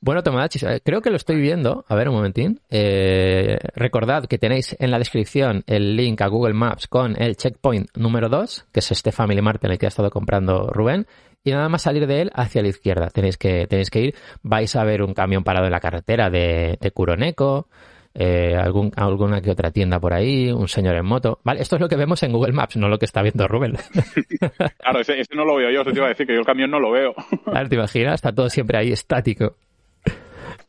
A: Bueno, Tomodachi, eh, creo que lo estoy viendo. A ver, un momentín. Eh, recordad que tenéis en la descripción el link a Google Maps con el checkpoint número 2, que es este Family Mart en el que ha estado comprando Rubén. Y nada más salir de él hacia la izquierda. Tenéis que, tenéis que ir. Vais a ver un camión parado en la carretera de, de Curoneco. eh, algún, alguna que otra tienda por ahí, un señor en moto. Vale, esto es lo que vemos en Google Maps, no lo que está viendo Rubén.
D: Claro, ese, ese no lo veo yo, eso te iba a decir que yo el camión no lo veo.
A: Claro, te imaginas, está todo siempre ahí estático.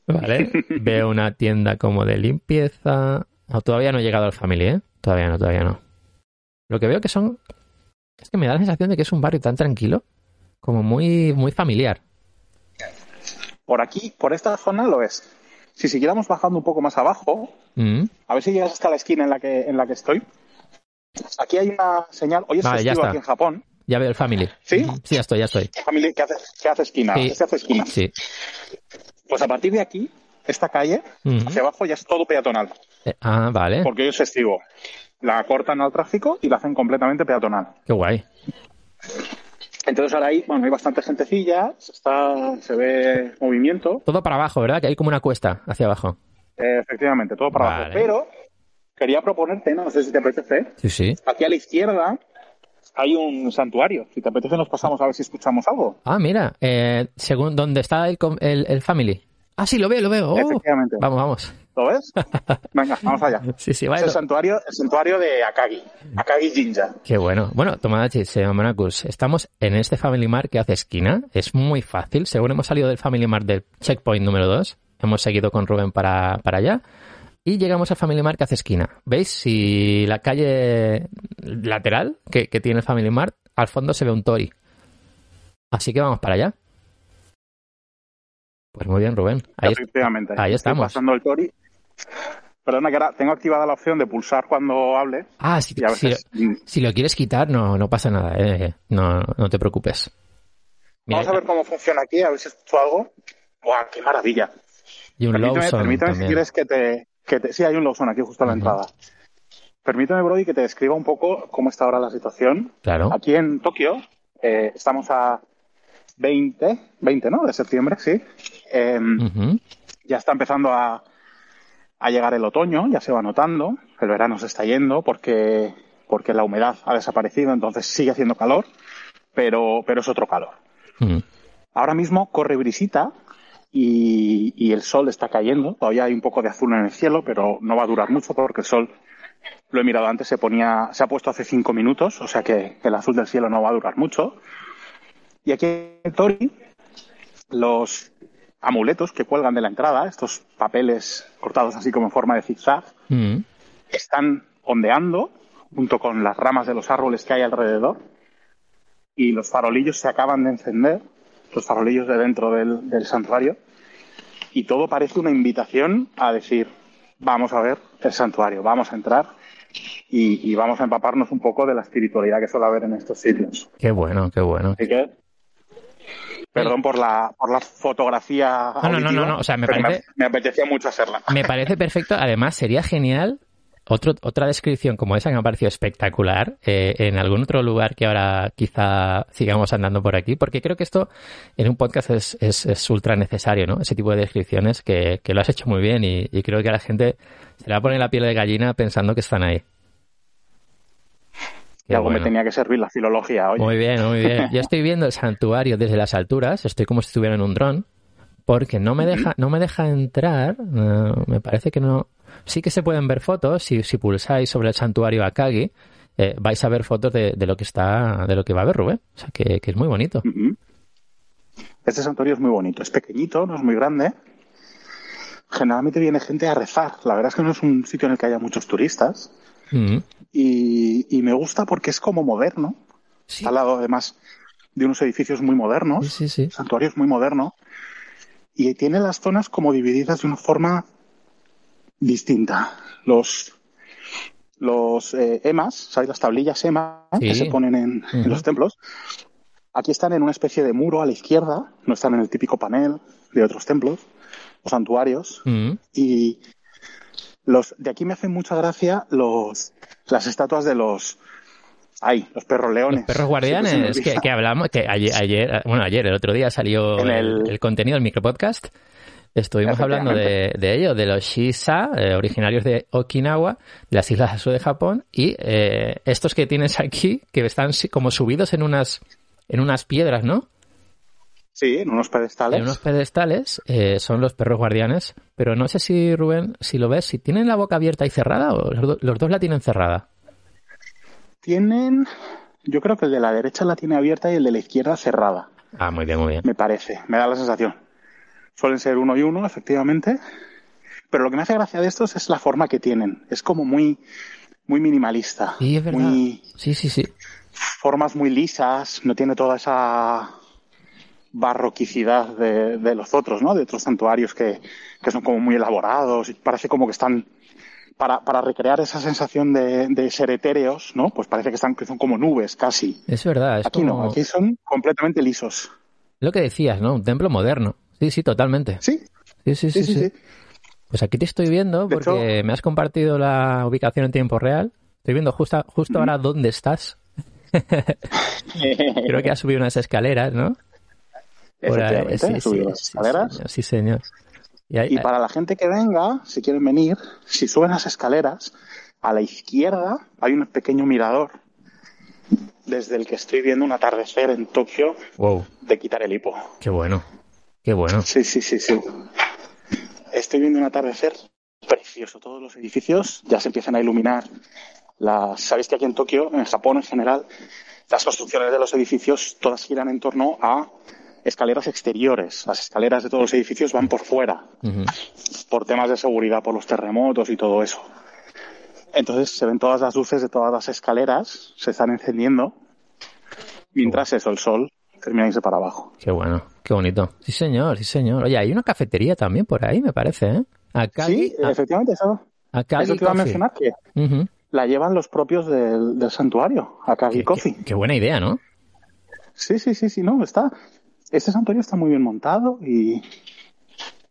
A: Vale, veo una tienda como de limpieza. No, todavía no he llegado al family, ¿eh? Todavía no, todavía no. Lo que veo que son. Es que me da la sensación de que es un barrio tan tranquilo, como muy, muy familiar.
D: Por aquí, por esta zona lo es.
B: Si siguiéramos bajando un poco más abajo,
A: Mm.
B: a ver si llegas hasta la esquina en la que, en la que estoy. Aquí hay una señal, hoy es
A: Vale, ya
B: festivo
A: está.
B: aquí en Japón,
A: Ya veo el family. Mm,
B: ¿Sí?
A: Sí, ya estoy, ya estoy.
B: Family- que hace, que hace esquina,
A: Sí.
B: este hace esquina.
A: Sí.
B: Pues a partir de aquí, esta calle,
A: Mm.
B: hacia abajo ya es todo peatonal,
A: Eh, Ah, vale.
D: Porque hoy es festivo.
B: la cortan al tráfico y la hacen completamente peatonal.
A: Qué guay.
B: Entonces ahora ahí, bueno, hay bastante gentecilla, se, está, se ve movimiento,
A: Todo para abajo, ¿verdad? Que hay como una cuesta hacia abajo.
B: eh, efectivamente, todo para abajo.
A: Vale.
B: Pero quería proponerte, no sé si te apetece,
A: Sí, sí.
B: aquí a la izquierda hay un santuario. Si te apetece nos pasamos a ver si escuchamos algo.
A: Ah, mira. eh, según donde está el, com- el, el family. Ah, sí, lo veo, lo veo. Oh.
B: Efectivamente.
A: Vamos, vamos.
B: ¿Lo ves? Venga, vamos allá.
A: Sí, sí,
B: Es
A: vale.
B: el santuario, el santuario de Akagi, Akagi Jinja.
A: Qué bueno. Bueno, Tomodachi, señor Monacus, estamos en este Family Mart que hace esquina. Es muy fácil. Según hemos salido del Family Mart del checkpoint número 2, hemos seguido con Rubén para, para allá. Y llegamos al Family Mart que hace esquina. ¿Veis? Si la calle lateral que, que tiene el Family Mart, al fondo se ve un Tori. Así que vamos para allá. Pues muy bien, Rubén. Ahí es-
D: efectivamente.
A: ahí
D: Estoy
A: estamos.
D: pasando el tori. Perdona que ahora tengo activada la opción de pulsar cuando hable
A: Ah, si,
D: y a
A: si,
D: veces... mm,
A: si lo quieres quitar, no, no pasa nada. eh. No, no te preocupes. Mira,
B: Vamos a ver cómo funciona aquí, a ver si escucho algo. ¡Guau, qué maravilla!
A: y un
D: Permíteme,
A: Lawson
D: permíteme si
A: también.
D: quieres que te, que te- Sí, hay un Lawson aquí justo a la
A: Ujú.
D: entrada.
B: Permíteme, Brody, que te describa un poco cómo está ahora la situación.
A: Claro.
B: Aquí en Tokio eh, estamos a 20, 20, ¿no? De septiembre, sí. Eh,
D: Em,
A: Ujú.
B: ya está empezando a, a llegar el otoño, ya se va notando, el verano se está yendo porque, porque la humedad ha desaparecido, entonces sigue haciendo calor, pero, pero es otro calor.
A: Mm.
B: Ahora mismo corre brisita y, y el sol está cayendo, todavía hay un poco de azul en el cielo, pero no va a durar mucho porque el sol, lo he mirado antes, se, ponía, se ha puesto hace cinco minutos, o sea que el azul del cielo no va a durar mucho. Y aquí en Tori, los amuletos que cuelgan de la entrada, estos papeles cortados así como en forma de zigzag,
A: Mm.
B: están ondeando junto con las ramas de los árboles que hay alrededor y los farolillos se acaban de encender, los farolillos de dentro del, del santuario y todo parece una invitación a decir vamos a ver el santuario, vamos a entrar y, y vamos a empaparnos un poco de la espiritualidad que suele haber en estos sitios.
A: Qué bueno, qué bueno.
B: Así que perdón por la, por la fotografía.
A: no, no,
B: auditiva,
A: no, no, o sea, me
B: pero
A: parece-
B: me apetecía mucho hacerla.
A: Me parece perfecto. Además, sería genial Otro, otra descripción como esa que me ha parecido espectacular eh, en algún otro lugar que ahora quizá sigamos andando por aquí, porque creo que esto en un podcast es, es, es ultra necesario, ¿no? Ese tipo de descripciones que, que lo has hecho muy bien y, y creo que a la gente se le va a poner la piel de gallina pensando que están ahí.
B: Y algo bueno. me tenía que servir la filología hoy.
A: Muy bien, muy bien. Yo estoy viendo el santuario desde las alturas, estoy como si estuviera en un dron, porque no me deja, no me deja entrar, uh, me parece que no. Sí que se pueden ver fotos, si, si pulsáis sobre el santuario Akagi, eh, vais a ver fotos de, de, lo que está, de lo que va a ver Rubén. O sea que, que es muy bonito. Uh -huh.
B: Este santuario es muy bonito, es pequeñito, no es muy grande. Generalmente viene gente a rezar. La verdad es que no es un sitio en el que haya muchos turistas. Uh
A: Mm.
B: -huh. y, y, me gusta porque es como moderno. Sí. Está al lado, además, de unos edificios muy modernos, sí, sí, santuario es muy moderno, y tiene las zonas como divididas de una forma distinta. Los, los eh, emas, ¿sabéis? Las tablillas emas que se ponen en, uh -huh. en, los templos. Aquí están en una especie de muro a la izquierda, no están en el típico panel de otros templos o santuarios. Uh
A: Mm.
B: -huh. Y los de aquí me hacen mucha gracia los las estatuas de los ay los perros leones pues, los
A: perros guardianes que, que, hablamos que ayer, ayer, bueno ayer el otro día salió el, el, el, contenido del micropodcast Estuvimos hablando de, de, ello, de los Shisa, eh, originarios de Okinawa, de las islas del sur de Japón, y eh, estos que tienes aquí, que están como subidos en unas, en unas piedras, ¿no?
B: Sí, en unos pedestales.
A: En unos pedestales eh, son los perros guardianes, pero no sé si Rubén, si lo ves, si tienen la boca abierta y cerrada o los, do los, dos la tienen cerrada.
B: Tienen, yo creo que el de la derecha la tiene abierta y el de la izquierda cerrada.
A: Ah, muy bien, muy bien.
B: Me parece, me da la sensación. Suelen ser uno y uno, efectivamente. Pero lo que me hace gracia de estos es la forma que tienen. Es como muy, muy minimalista.
A: Sí, es verdad.
B: Muy...
A: Sí, sí, sí.
B: Formas muy lisas, no tiene toda esa barroquicidad de, de, los otros, ¿no? De otros santuarios que, que, son como muy elaborados y parece como que están para, para recrear esa sensación de, de, ser etéreos, ¿no? Pues parece que están que son como nubes casi.
A: Es verdad. Es
B: aquí
A: como...
B: no, aquí son completamente lisos.
A: Lo que decías, ¿no? Un templo moderno. Sí, sí, totalmente.
B: Sí.
A: Sí, sí, sí. sí, sí, sí. Pues aquí te estoy viendo de porque hecho... me has compartido la ubicación en tiempo real. Estoy viendo justo, justo mm. ahora dónde estás. Creo que has subido unas escaleras, ¿no?
B: Efectivamente, sí, sí, las sí, escaleras.
A: Señor, sí, señor.
B: Y, hay, y para hay... la gente que venga, si quieren venir, si suben las escaleras, a la izquierda hay un pequeño mirador desde el que estoy viendo un atardecer en Tokio
A: wow.
B: de quitar el hipo.
A: Qué bueno, qué bueno.
B: Sí, sí, sí, sí. Estoy viendo un atardecer precioso. Todos los edificios ya se empiezan a iluminar. Las, Sabéis que aquí en Tokio, en Japón en general, las construcciones de los edificios todas giran en torno a escaleras exteriores. Las escaleras de todos los edificios van por fuera, uh -huh. por temas de seguridad, por los terremotos y todo eso. Entonces se ven todas las luces de todas las escaleras, se están encendiendo, mientras eso, el sol termina irse para abajo.
A: Qué bueno, qué bonito. Sí, señor, sí, señor. Oye, hay una cafetería también por ahí, me parece, ¿eh?
B: Acá sí, a... efectivamente, eso.
A: Acá
B: eso te iba a mencionar que uh -huh. la llevan los propios del, del santuario, Akagi
A: qué,
B: Coffee.
A: Qué, qué buena idea, ¿no?
B: Sí, sí, sí, sí, no, está este santuario está muy bien montado y.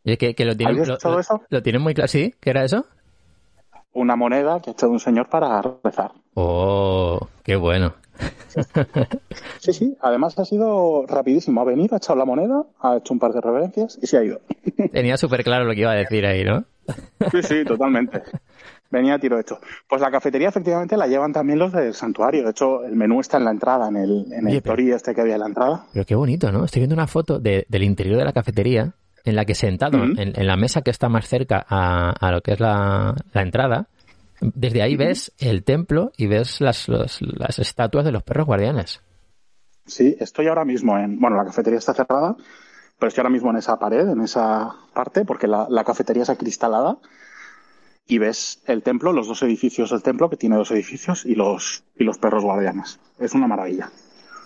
A: y que, que, lo tienen, lo,
B: todo eso?
A: Lo, lo tienen muy claro. ¿Sí? ¿Qué era eso?
B: Una moneda que ha echado un señor para rezar.
A: ¡Oh! ¡Qué bueno!
B: sí, sí. Además ha sido rapidísimo. Ha venido, ha echado la moneda, ha hecho un par de reverencias y se ha ido.
A: Tenía súper claro lo que iba a decir ahí, ¿no?
B: sí, sí, totalmente. Venía a tiro hecho. Pues la cafetería efectivamente la llevan también los del santuario. De hecho, el menú está en la entrada, en el, en el Oye, este que había en la entrada.
A: Pero qué bonito, ¿no? Estoy viendo una foto de, del interior de la cafetería en la que sentado, uh -huh. en, en, la mesa que está más cerca a, a lo que es la, la entrada, desde ahí uh -huh. ves el templo y ves las, los, las estatuas de los perros guardianes.
B: Sí, estoy ahora mismo en... Bueno, la cafetería está cerrada, pero estoy ahora mismo en esa pared, en esa parte, porque la, la cafetería es acristalada y ves el templo, los dos edificios del templo, que tiene dos edificios, y los, y los perros guardianes. Es una maravilla.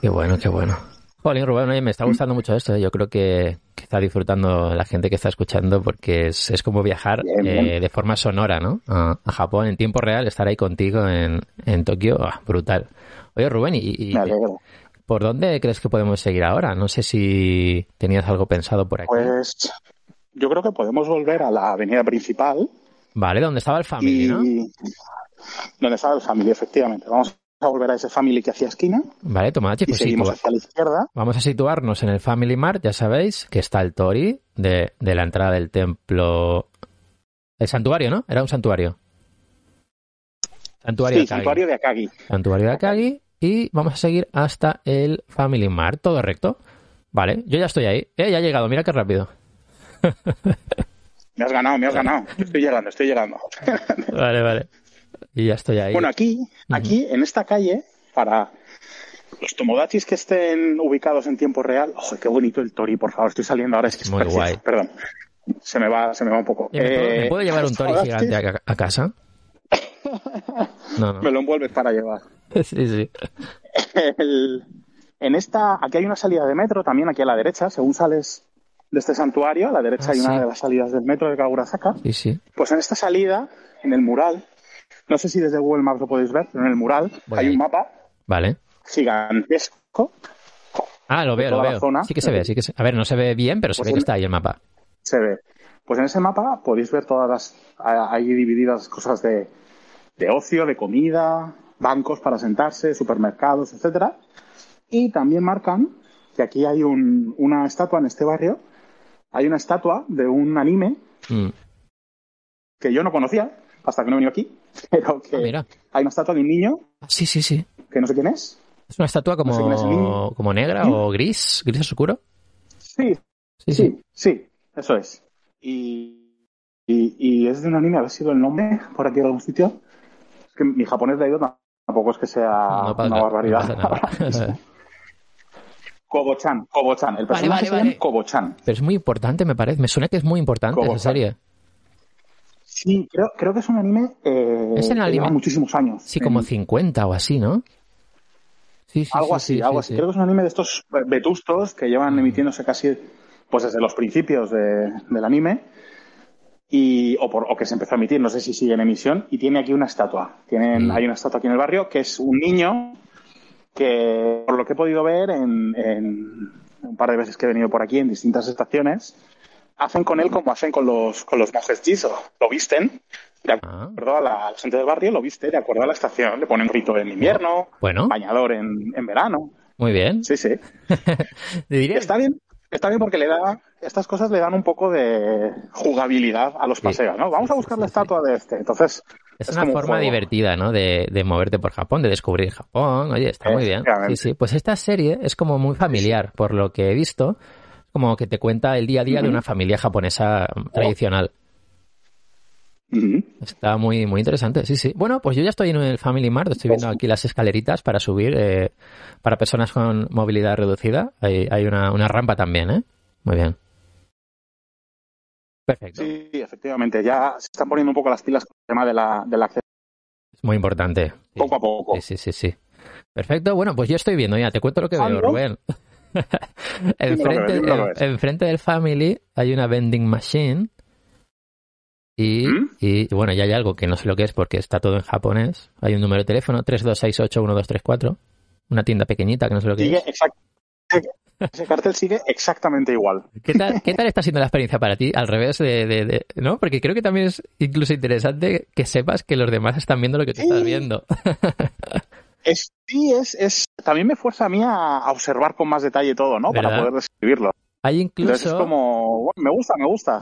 A: Qué bueno, qué bueno. Jolín, Rubén, oye, me está gustando mucho esto. ¿eh? Yo creo que, que, está disfrutando la gente que está escuchando porque es, es como viajar bien, bien. Eh, de forma sonora, ¿no? A, a, Japón en tiempo real, estar ahí contigo en, en Tokio, oh, brutal. Oye, Rubén, ¿y, y
B: me alegro.
A: por dónde crees que podemos seguir ahora? No sé si tenías algo pensado por aquí.
B: Pues yo creo que podemos volver a la avenida principal,
A: Vale, donde estaba el family, y... ¿no?
B: Donde estaba el family, efectivamente. Vamos a volver a ese family que hacía esquina.
A: Vale, Tomachi,
B: pues seguimos hacia la izquierda.
A: Vamos a situarnos en el Family Mart, ya sabéis, que está el Tori de, de la entrada del templo. El santuario, ¿no? Era un santuario.
B: Santuario, sí, de Akagi. santuario de Akagi.
A: Santuario de Akagi. Y vamos a seguir hasta el Family Mart. Todo recto. Vale, yo ya estoy ahí. Eh, ya he llegado, mira qué rápido.
B: Me has ganado, me has ganado. Estoy llegando, estoy llegando.
A: Vale, vale. Y ya estoy ahí.
B: Bueno, aquí, aquí, uh -huh. en esta calle, para los tomodachis que estén ubicados en tiempo real. ¡Ojo, qué bonito el Tori, por favor! Estoy saliendo ahora, es que es
A: Muy
B: precioso.
A: guay.
B: Perdón. Se me va, se me va un poco.
A: ¿Me, eh, puedo, ¿me puedo, llevar un Tori gigante a, a casa?
B: No, no. Me lo envuelves para llevar.
A: sí, sí.
B: El, en esta, aquí hay una salida de metro también, aquí a la derecha, según sales de este santuario, a la derecha
A: Ah,
B: hay una
A: sí.
B: de las salidas del metro de Kagurazaka.
A: Sí, sí.
B: Pues en esta salida, en el mural, no sé si desde Google Maps lo podéis ver, pero en el mural
A: Voy
B: hay
A: ahí.
B: un mapa
A: Vale.
B: gigantesco.
A: Ah, lo veo, lo
B: toda la
A: veo.
B: zona.
A: Sí que se ve, sí que se... A ver, no se ve bien, pero se
B: Pues
A: ve que
B: en-
A: está ahí el mapa.
B: Se ve. Pues en ese mapa podéis ver todas las. a- Ahí divididas cosas de, de ocio, de comida, bancos para sentarse, supermercados, etcétera. Y también marcan que aquí hay un- una estatua en este barrio. Hay una estatua de un anime
A: Mm.
B: que yo no conocía hasta que no he venido aquí, pero que
A: Ah, mira.
B: hay una estatua de un niño
A: Ah, Sí, sí, sí.
B: que no sé quién es.
A: Es una estatua como,
B: No sé quién es el niño.
A: como negra
B: ¿Sí?
A: o gris, gris oscuro.
B: Sí,
A: Sí, sí.
B: sí, sí, eso es. Y, y, y es de un anime, a ver si veo el nombre por aquí en algún sitio. Es que mi japonés de ahí tampoco es que sea
A: No pasa
B: una
A: nada,
B: barbaridad.
A: no pasa nada.
B: Kobo-chan, Kobo-chan. El personaje
A: vale,
B: se llama
A: vale.
B: Kobo-chan.
A: Pero es muy importante, me parece. Me suena que es muy importante
B: Como-
A: esa serie.
B: Sí, creo, creo que es un anime eh,
A: Es el
B: que lleva
A: anime.
B: muchísimos años.
A: Sí, como
B: En-
A: 50 o así, ¿no? Sí, sí,
B: algo
A: sí,
B: así,
A: sí,
B: algo
A: sí,
B: así.
A: sí.
B: Creo que es un anime de estos vetustos que llevan emitiéndose casi pues desde los principios de- del anime y o, por- o que se empezó a emitir, no sé si sigue en emisión y tiene aquí una estatua. Tienen,
A: Mm.
B: hay una estatua aquí en el barrio que es un niño que por lo que he podido ver en, en un par de veces que he venido por aquí en distintas estaciones hacen con él como hacen con los con los monjes Jizo, lo visten de
A: Ah.
B: acuerdo a la, a la gente del barrio, lo viste de acuerdo a la estación, le ponen rito en invierno,
A: Bueno.
B: bañador en, en verano.
A: Muy bien.
B: Sí, sí.
A: Te diré-
B: Está bien, está bien porque le da, estas cosas le dan un poco de jugabilidad a los paseos, ¿no? Vamos a buscar la estatua de este. Entonces,
A: Es
B: es
A: una
B: como un
A: forma
B: juego.
A: divertida, ¿no? De, de moverte por Japón, de descubrir Japón. Oye, está muy bien. Sí,
B: Efectivamente.
A: sí. Pues esta serie es como muy familiar, por lo que he visto. Como que te cuenta el día a día de una familia japonesa
B: Oh.
A: tradicional.
B: ujú,
A: Está muy, muy interesante, sí, sí. Bueno, pues yo ya estoy en el Family Mart, estoy
B: Pues
A: viendo aquí las escaleritas para subir, eh, para personas con movilidad reducida. Hay, hay una, una rampa también, ¿eh? Muy bien. Perfecto.
B: sí, efectivamente, ya se están poniendo un poco las pilas con el tema de la, del acceso
A: Es muy importante. Sí,
B: poco a poco.
A: Sí, sí, sí, sí. Perfecto. Bueno, pues yo estoy viendo, ya te cuento lo que veo,
B: ¿Algo?
A: Rubén. enfrente,
B: dímelo que ves.
A: en- enfrente del Family hay una vending machine. Y,
B: ¿Mm?
A: y, bueno, ya hay algo que no sé lo que es porque está todo en japonés. Hay un número de teléfono, 32681234. Una tienda pequeñita que no sé lo que
B: Sigue
A: es.
B: exact- Ese cartel sigue exactamente igual.
A: ¿Qué tal, ¿Qué tal está siendo la experiencia para ti? Al revés de, de- de- ¿No? Porque creo que también es incluso interesante que sepas que los demás están viendo lo que tú estás
B: Sí.
A: viendo.
B: Es, sí, es, es, también me fuerza a mí a, a observar con más detalle todo, ¿no? Para
A: ¿Verdad?
B: poder describirlo.
A: Hay
B: Entonces
A: incluso...
B: es como, bueno, me gusta, me gusta.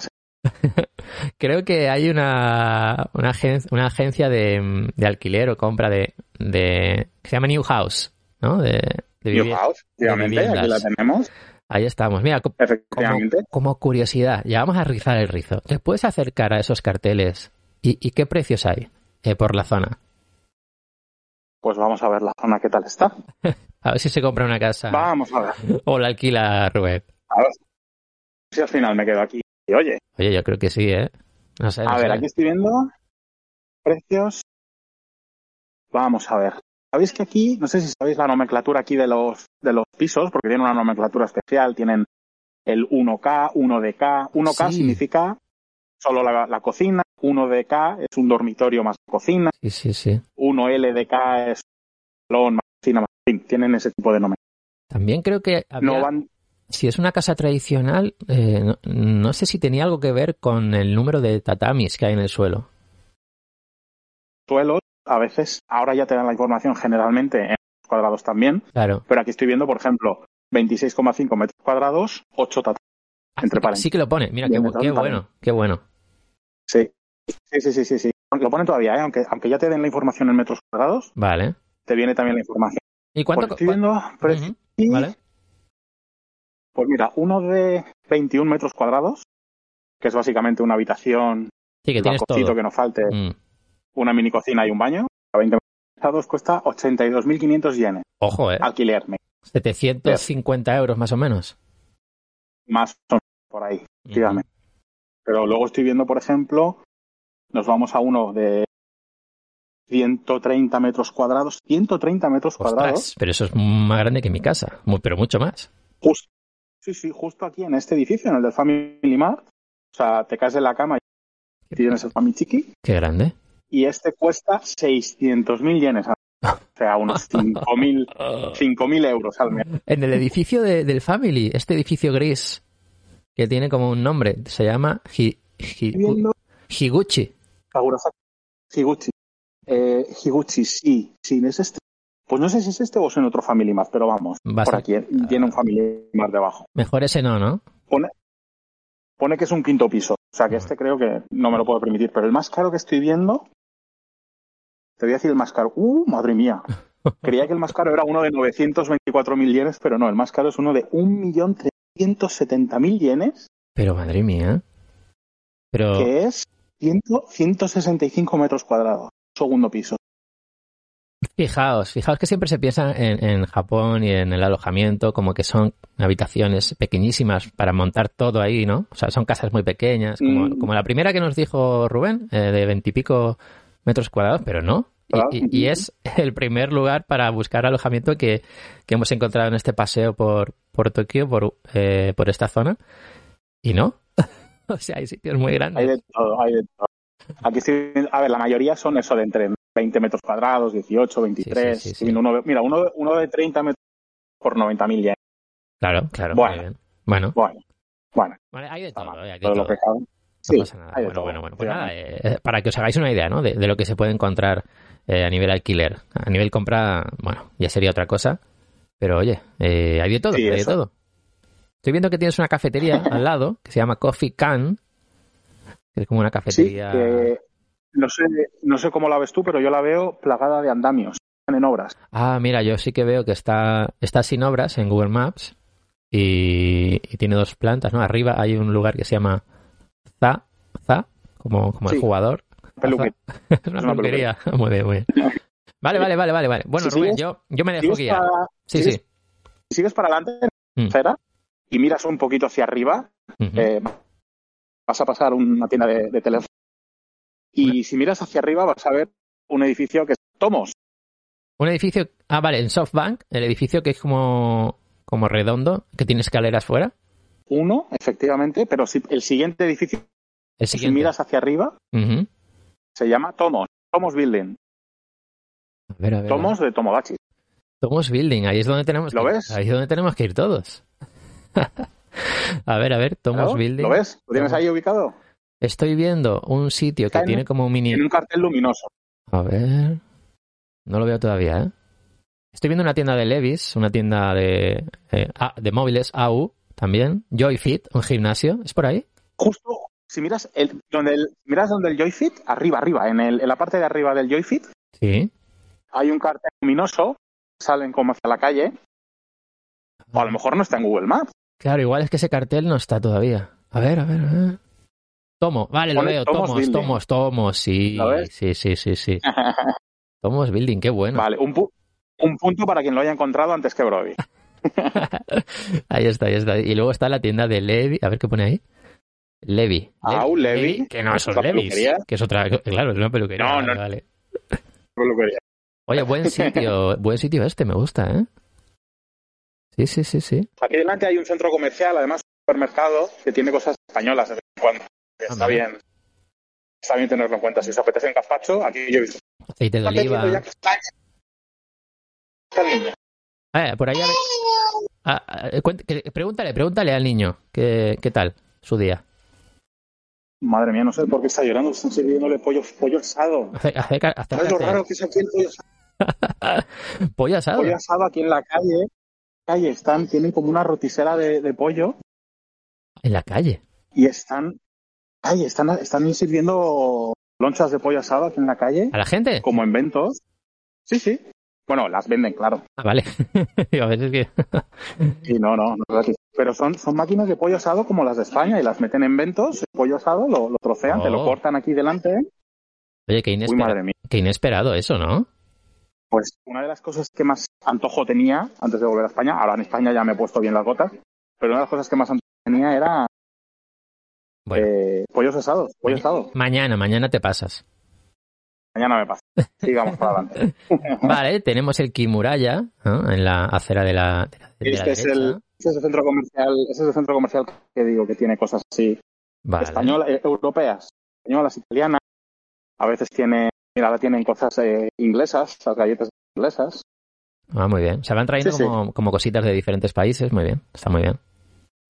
A: Creo que hay una, una, agen- una agencia de, mm, de alquiler o compra de, de- que se llama New House, ¿no? De, de
B: New
A: vivi-
B: House, efectivamente, aquí la
A: viviendas.
B: tenemos.
A: Ahí estamos. Mira, co- como,
B: Efectivamente.
A: como curiosidad, ya vamos a rizar el rizo. ¿Te puedes acercar a esos carteles? ¿Y, y qué precios hay eh, por la zona?
B: Pues vamos a ver la zona qué tal está.
A: A ver si se compra una casa
B: Vamos a ver.
A: o la alquila Rubén.
B: A ver si al final me quedo aquí. Y oye,
A: Oye, yo creo que sí, ¿eh? No sé.
B: a
A: no
B: ver,
A: sé.
B: aquí estoy viendo precios. Vamos a ver. Sabéis que aquí, no sé si sabéis la nomenclatura aquí de los de los pisos, porque tienen una nomenclatura especial, tienen el 1K, 1DK. 1K
A: Sí.
B: significa solo la, la cocina, 1DK es un dormitorio más cocina,
A: Sí, sí, sí.
B: 1LDK es salón más cocina más en fin, tienen ese tipo de nomenclatura.
A: También creo que había-
B: No van
A: Si es una casa tradicional, eh, no, no sé si tenía algo que ver con el número de tatamis que hay en el suelo.
B: suelos, a veces, ahora ya te dan la información generalmente en metros cuadrados también,
A: Claro.
B: pero aquí estoy viendo, por ejemplo, 26,5 metros cuadrados, 8 tatamis. Entre paréntesis.
A: Ah, Sí que lo pone. Mira, qué,
B: Bien,
A: bu-
B: entonces,
A: qué
B: vale.
A: bueno, qué bueno.
B: Sí. Sí, sí, sí, sí, sí. Aunque Lo ponen todavía, ¿eh? aunque, aunque ya te den la información en metros cuadrados,
A: Vale.
B: te viene también la información.
A: ¿Y cuánto?
B: Porque estoy viendo
A: cua-
B: precios.
A: Ujú, Vale.
B: Pues mira, uno de 21 metros cuadrados, que es básicamente una habitación,
A: Sí, que
B: un
A: tienes
B: balconcito
A: todo.
B: que no falte,
A: Mm.
B: una mini cocina y un baño, a 20 metros cuadrados cuesta 82.500 yenes,
A: Ojo, ¿eh?
B: alquiler, me-
A: 750 euros más o menos. Mm.
B: más o menos por ahí, dígame. Pero luego estoy viendo, por ejemplo, nos vamos a uno de 130 metros cuadrados, 130 metros
A: Ostras,
B: cuadrados,
A: pero eso es más grande que mi casa, mu- pero mucho más.
B: justo, sí, sí, justo aquí en este edificio, en el del Family Mart, o sea, te caes en la cama y tienes el Family Chiqui,
A: Qué grande.
B: y este cuesta 600.000 yenes, o sea, unos 5.000
C: Uh,
B: 5.000 euros al mes.
A: En el edificio de- del Family, este edificio gris, que tiene como un nombre, se llama Hi- Hi-
B: Viendo
A: Higuchi.
B: Kagurasaki Higuchi. Eh, Higuchi, sí, sí, es este. Pues no sé si es este o es en otro Family Mart, pero vamos,
A: Va a
B: por
A: ser-
B: aquí eh, tiene un Family Mart debajo.
A: Mejor ese no, ¿no?
B: Pone que es un quinto piso, o sea que este creo que no me lo puedo permitir, pero el más caro que estoy viendo, te voy a decir el más caro. ¡Uh, madre mía! Creía que el más caro era uno de 924.000 yenes, pero no, el más caro es uno de 1.370.000 yenes.
A: Pero madre mía. Pero
B: que es 100 165 metros cuadrados, segundo piso.
A: fijaos, fijaos que siempre se piensa en, en Japón y en el alojamiento como que son habitaciones pequeñísimas para montar todo ahí, ¿no? O sea, son casas muy pequeñas, como,
B: Mm.
A: como la primera que nos dijo Rubén, eh, de veintipico metros cuadrados, pero no. Y,
B: Claro.
A: y- y es el primer lugar para buscar alojamiento que, que hemos encontrado en este paseo por, por Tokio, por, eh, por esta zona. Y no. o sea, hay sitios muy grandes.
B: Hay de todo, hay de todo. Aquí estoy, a ver, la mayoría son eso de entre 20 metros cuadrados, 18, 23.
A: Sí, sí, sí, sí.
B: y Uno, de- mira, uno, de- uno de 30 metros por 90.000 yenes.
A: Claro, claro.
B: Bueno.
A: muy bien. Bueno,
B: Bueno, bueno,
A: vale, hay de
B: está
A: todo.
B: mal,
A: eh, hay de
B: todo
A: todo.
B: lo que cabe.
A: No
B: Sí,
A: pasa nada.
B: hay de
A: Bueno,
B: todo,
A: bueno, bueno. Pues
B: sí,
A: nada, eh, eh, para que os hagáis una idea, ¿no? De, de lo que se puede encontrar eh, a nivel alquiler. A nivel compra, bueno, ya sería otra cosa. Pero oye, eh, hay de todo,
B: Sí,
A: hay de
B: eso.
A: todo. Estoy viendo que tienes una cafetería al lado que se llama Coffee Can. Que es como una
B: Sí,
A: cafetería.
B: que no sé, no sé cómo la ves tú, pero yo la veo plagada de andamios en obras.
A: Ah, mira, yo sí que veo que está, está sin obras en Google Maps y, y tiene dos plantas, ¿no? Arriba hay un lugar que se llama Za, Za, como, como el
B: Sí.
A: jugador.
B: Peluque.
A: Es una,
B: Es una
A: peluquería. Muy bien, muy bien. Vale, vale, vale, vale, vale. Bueno,
B: Si
A: Rubén,
B: sigues-
A: yo, yo me dejo
B: ¿Sigues
A: guiar.
B: para,
A: Sí,
B: sigues-
A: sí.
B: sigues para adelante
A: Mm.
B: en acera y miras un poquito hacia arriba,
A: Ujú.
B: Eh, vas a pasar una tienda de, de teléfono y si miras hacia arriba vas a ver un edificio que es Tomos.
A: Un edificio. Ah, vale, en SoftBank, el edificio que es como, como redondo, que tiene escaleras fuera.
B: Uno, efectivamente, pero si, el siguiente edificio,
A: El
B: si
A: siguiente.
B: miras hacia arriba,
A: Ujú.
B: se llama Tomos. Tomos Building.
A: A ver, a ver, a ver.
B: Tomos de Tomodachi.
A: Tomos Building, ahí es donde tenemos
B: ¿Lo
A: que,
B: ves?
A: Ahí es donde tenemos que ir todos. a ver, a ver, Tomos
B: Claro,
A: Building.
B: ¿Lo ves? ¿Lo tienes
A: Tomos.
B: ahí ubicado?
A: Estoy viendo un sitio que
B: Está en-
A: tiene como un mini.
B: En un cartel luminoso.
A: A ver. No lo veo todavía, ¿eh? Estoy viendo una tienda de Levis, una tienda de, eh, ah, de móviles AU también. Joyfit, un gimnasio. ¿Es por ahí?
B: Justo, si miras el, donde el, miras donde el Joyfit, arriba, arriba, en, el- en la parte de arriba del Joyfit,
A: Sí.
B: hay un cartel luminoso, salen como hacia la calle, o a lo mejor no está en Google Maps.
A: Claro, igual es que ese cartel no está todavía. A ver, a ver, a ver. Tomo, vale, lo
B: Pone
A: veo.
B: Tomos
A: Tomos,
B: Building.
A: tomos, tomos. Sí,
B: ¿Lo ves?
A: sí, sí, sí, sí. Tomos Building, qué bueno.
B: Vale, un, pu- un punto para quien lo haya encontrado antes que Brody.
A: Ahí está, ahí está. Y luego está la tienda de Levi. A ver qué pone ahí. Levi.
B: Ah, un Levi.
A: Que no son
B: Otra
A: Levis.
B: peluquería.
A: Que es otra. Claro, es una peluquería.
B: No,
A: vale,
B: no.
A: vale.
B: Peluquería.
A: Oye, buen sitio, buen sitio este, me gusta, ¿eh? Sí, sí, sí, sí.
B: Aquí delante hay un centro comercial, además un supermercado, que tiene cosas españolas de vez en cuando. Está
A: Ah, mira.
B: bien. Está bien tenerlo en cuenta. Si os apetece un gazpacho, aquí yo he visto.
A: Aceite de
B: Está metiendo ya
A: oliva.
B: castaña. Está niña.
A: Ah, por ahí. a ver- Ah, ah, cuént- que- pregúntale, pregúntale al niño, ¿qué, qué tal su día?
B: Madre mía, no sé por qué está llorando. Están sirviéndole pollo, pollo asado.
A: Acerca, acerca,
B: ¿Sabes lo raro que es aquí el pollo asado?
A: pollo asado.
B: Pollo asado aquí en la calle. Calle están, tienen como una rotisera de, de pollo.
A: En la calle.
B: Y están, ay, están, están sirviendo lonchas de pollo asado aquí en la calle.
A: ¿A la gente?
B: Como en ventos. Sí, sí. Bueno, las venden, claro.
A: Ah, vale. a veces que.
B: sí, no, no, no es Pero son, son máquinas de pollo asado como las de España y las meten en ventos, el pollo asado, lo, lo trocean, oh. te lo cortan aquí delante.
A: Oye, qué inesperado, Uy, madre mía. qué inesperado eso, ¿no?
B: Pues una de las cosas que más antojo tenía antes de volver a España, ahora en España ya me he puesto bien las gotas, pero una de las cosas que más antojo tenía era
A: bueno.
B: Eh, pollos asados, pollo asado.
A: Mañana, mañana te pasas.
B: Mañana me pasa. Sigamos para adelante.
A: vale, tenemos el Kimuraya ¿no? en la acera de la. De la, de
B: este,
A: la
B: es el, este, es el, centro comercial. Este es el centro comercial que digo que tiene cosas así.
A: Vale.
B: Españolas, eh, europeas, españolas, italianas. A veces tiene, mira, ahora tienen cosas eh, inglesas, las galletas inglesas.
A: Ah, muy bien. Se van trayendo sí, como, sí. como cositas de diferentes países. Muy bien, está muy bien.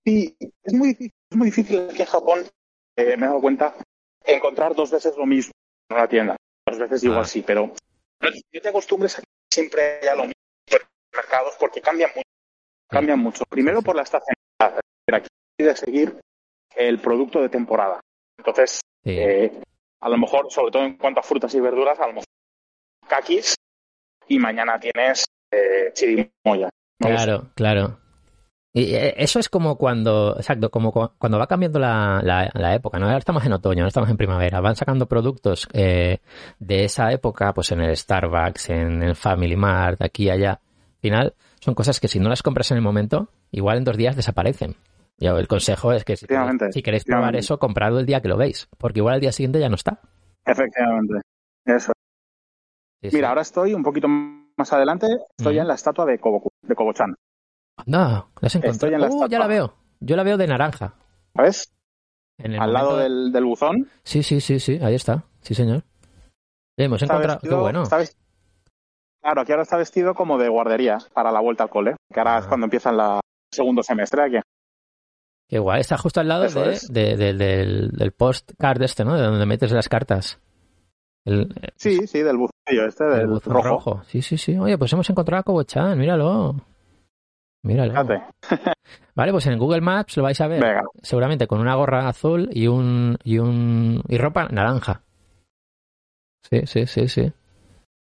B: Sí, es muy difícil, es muy difícil aquí en Japón, eh, me he dado cuenta, encontrar dos veces lo mismo en una tienda. Dos veces digo ah. así, pero yo te acostumbres a que siempre haya lo mismo en los mercados porque cambian mucho. Cambian mucho. Primero por la estacionalidad, aquí de seguir el producto de temporada. Entonces, sí. eh, a lo mejor, sobre todo en cuanto a frutas y verduras, a lo mejor kakis y mañana tienes eh, chirimoya.
A: ¿no? Claro, claro. Y eh, eso es como cuando, exacto, como cuando va cambiando la, la, la, época, ¿no? Ahora estamos en otoño, ahora estamos en primavera, van sacando productos eh, de esa época, pues en el Starbucks, en el Family Mart, aquí y allá. Al final, son cosas que si no las compras en el momento, igual en dos días desaparecen. Ya, el consejo es que si, si queréis probar eso, comprado el día que lo veis, porque igual al día siguiente ya no está.
B: Efectivamente, eso. Sí, sí. Mira, ahora estoy un poquito más adelante, estoy mm. en la estatua de Kobo, de Kobo-chan.
A: No, las encontré. En la uh, ya la veo. Yo la veo de naranja.
B: ¿Ves? En el Al momento... lado del, del, buzón.
A: Sí, sí, sí, sí. Ahí está. Sí, señor. Hemos está encontrado. Vestido, Qué bueno.
B: Está vestido... Claro, aquí ahora está vestido como de guardería para la vuelta al cole. Que ahora ah. es cuando empieza el segundo semestre aquí.
A: Qué guay. Está justo al lado de, de, de, del, del postcard este, ¿no? De donde metes las cartas.
B: El, sí, sí, del buzón este, del buzón rojo. rojo.
A: Sí, sí, sí. Oye, pues hemos encontrado a Cobochan, míralo. Míralo. Vale, pues en Google Maps lo vais a ver.
B: Venga.
A: Seguramente con una gorra azul y un, y un. y ropa naranja. Sí, sí, sí, sí.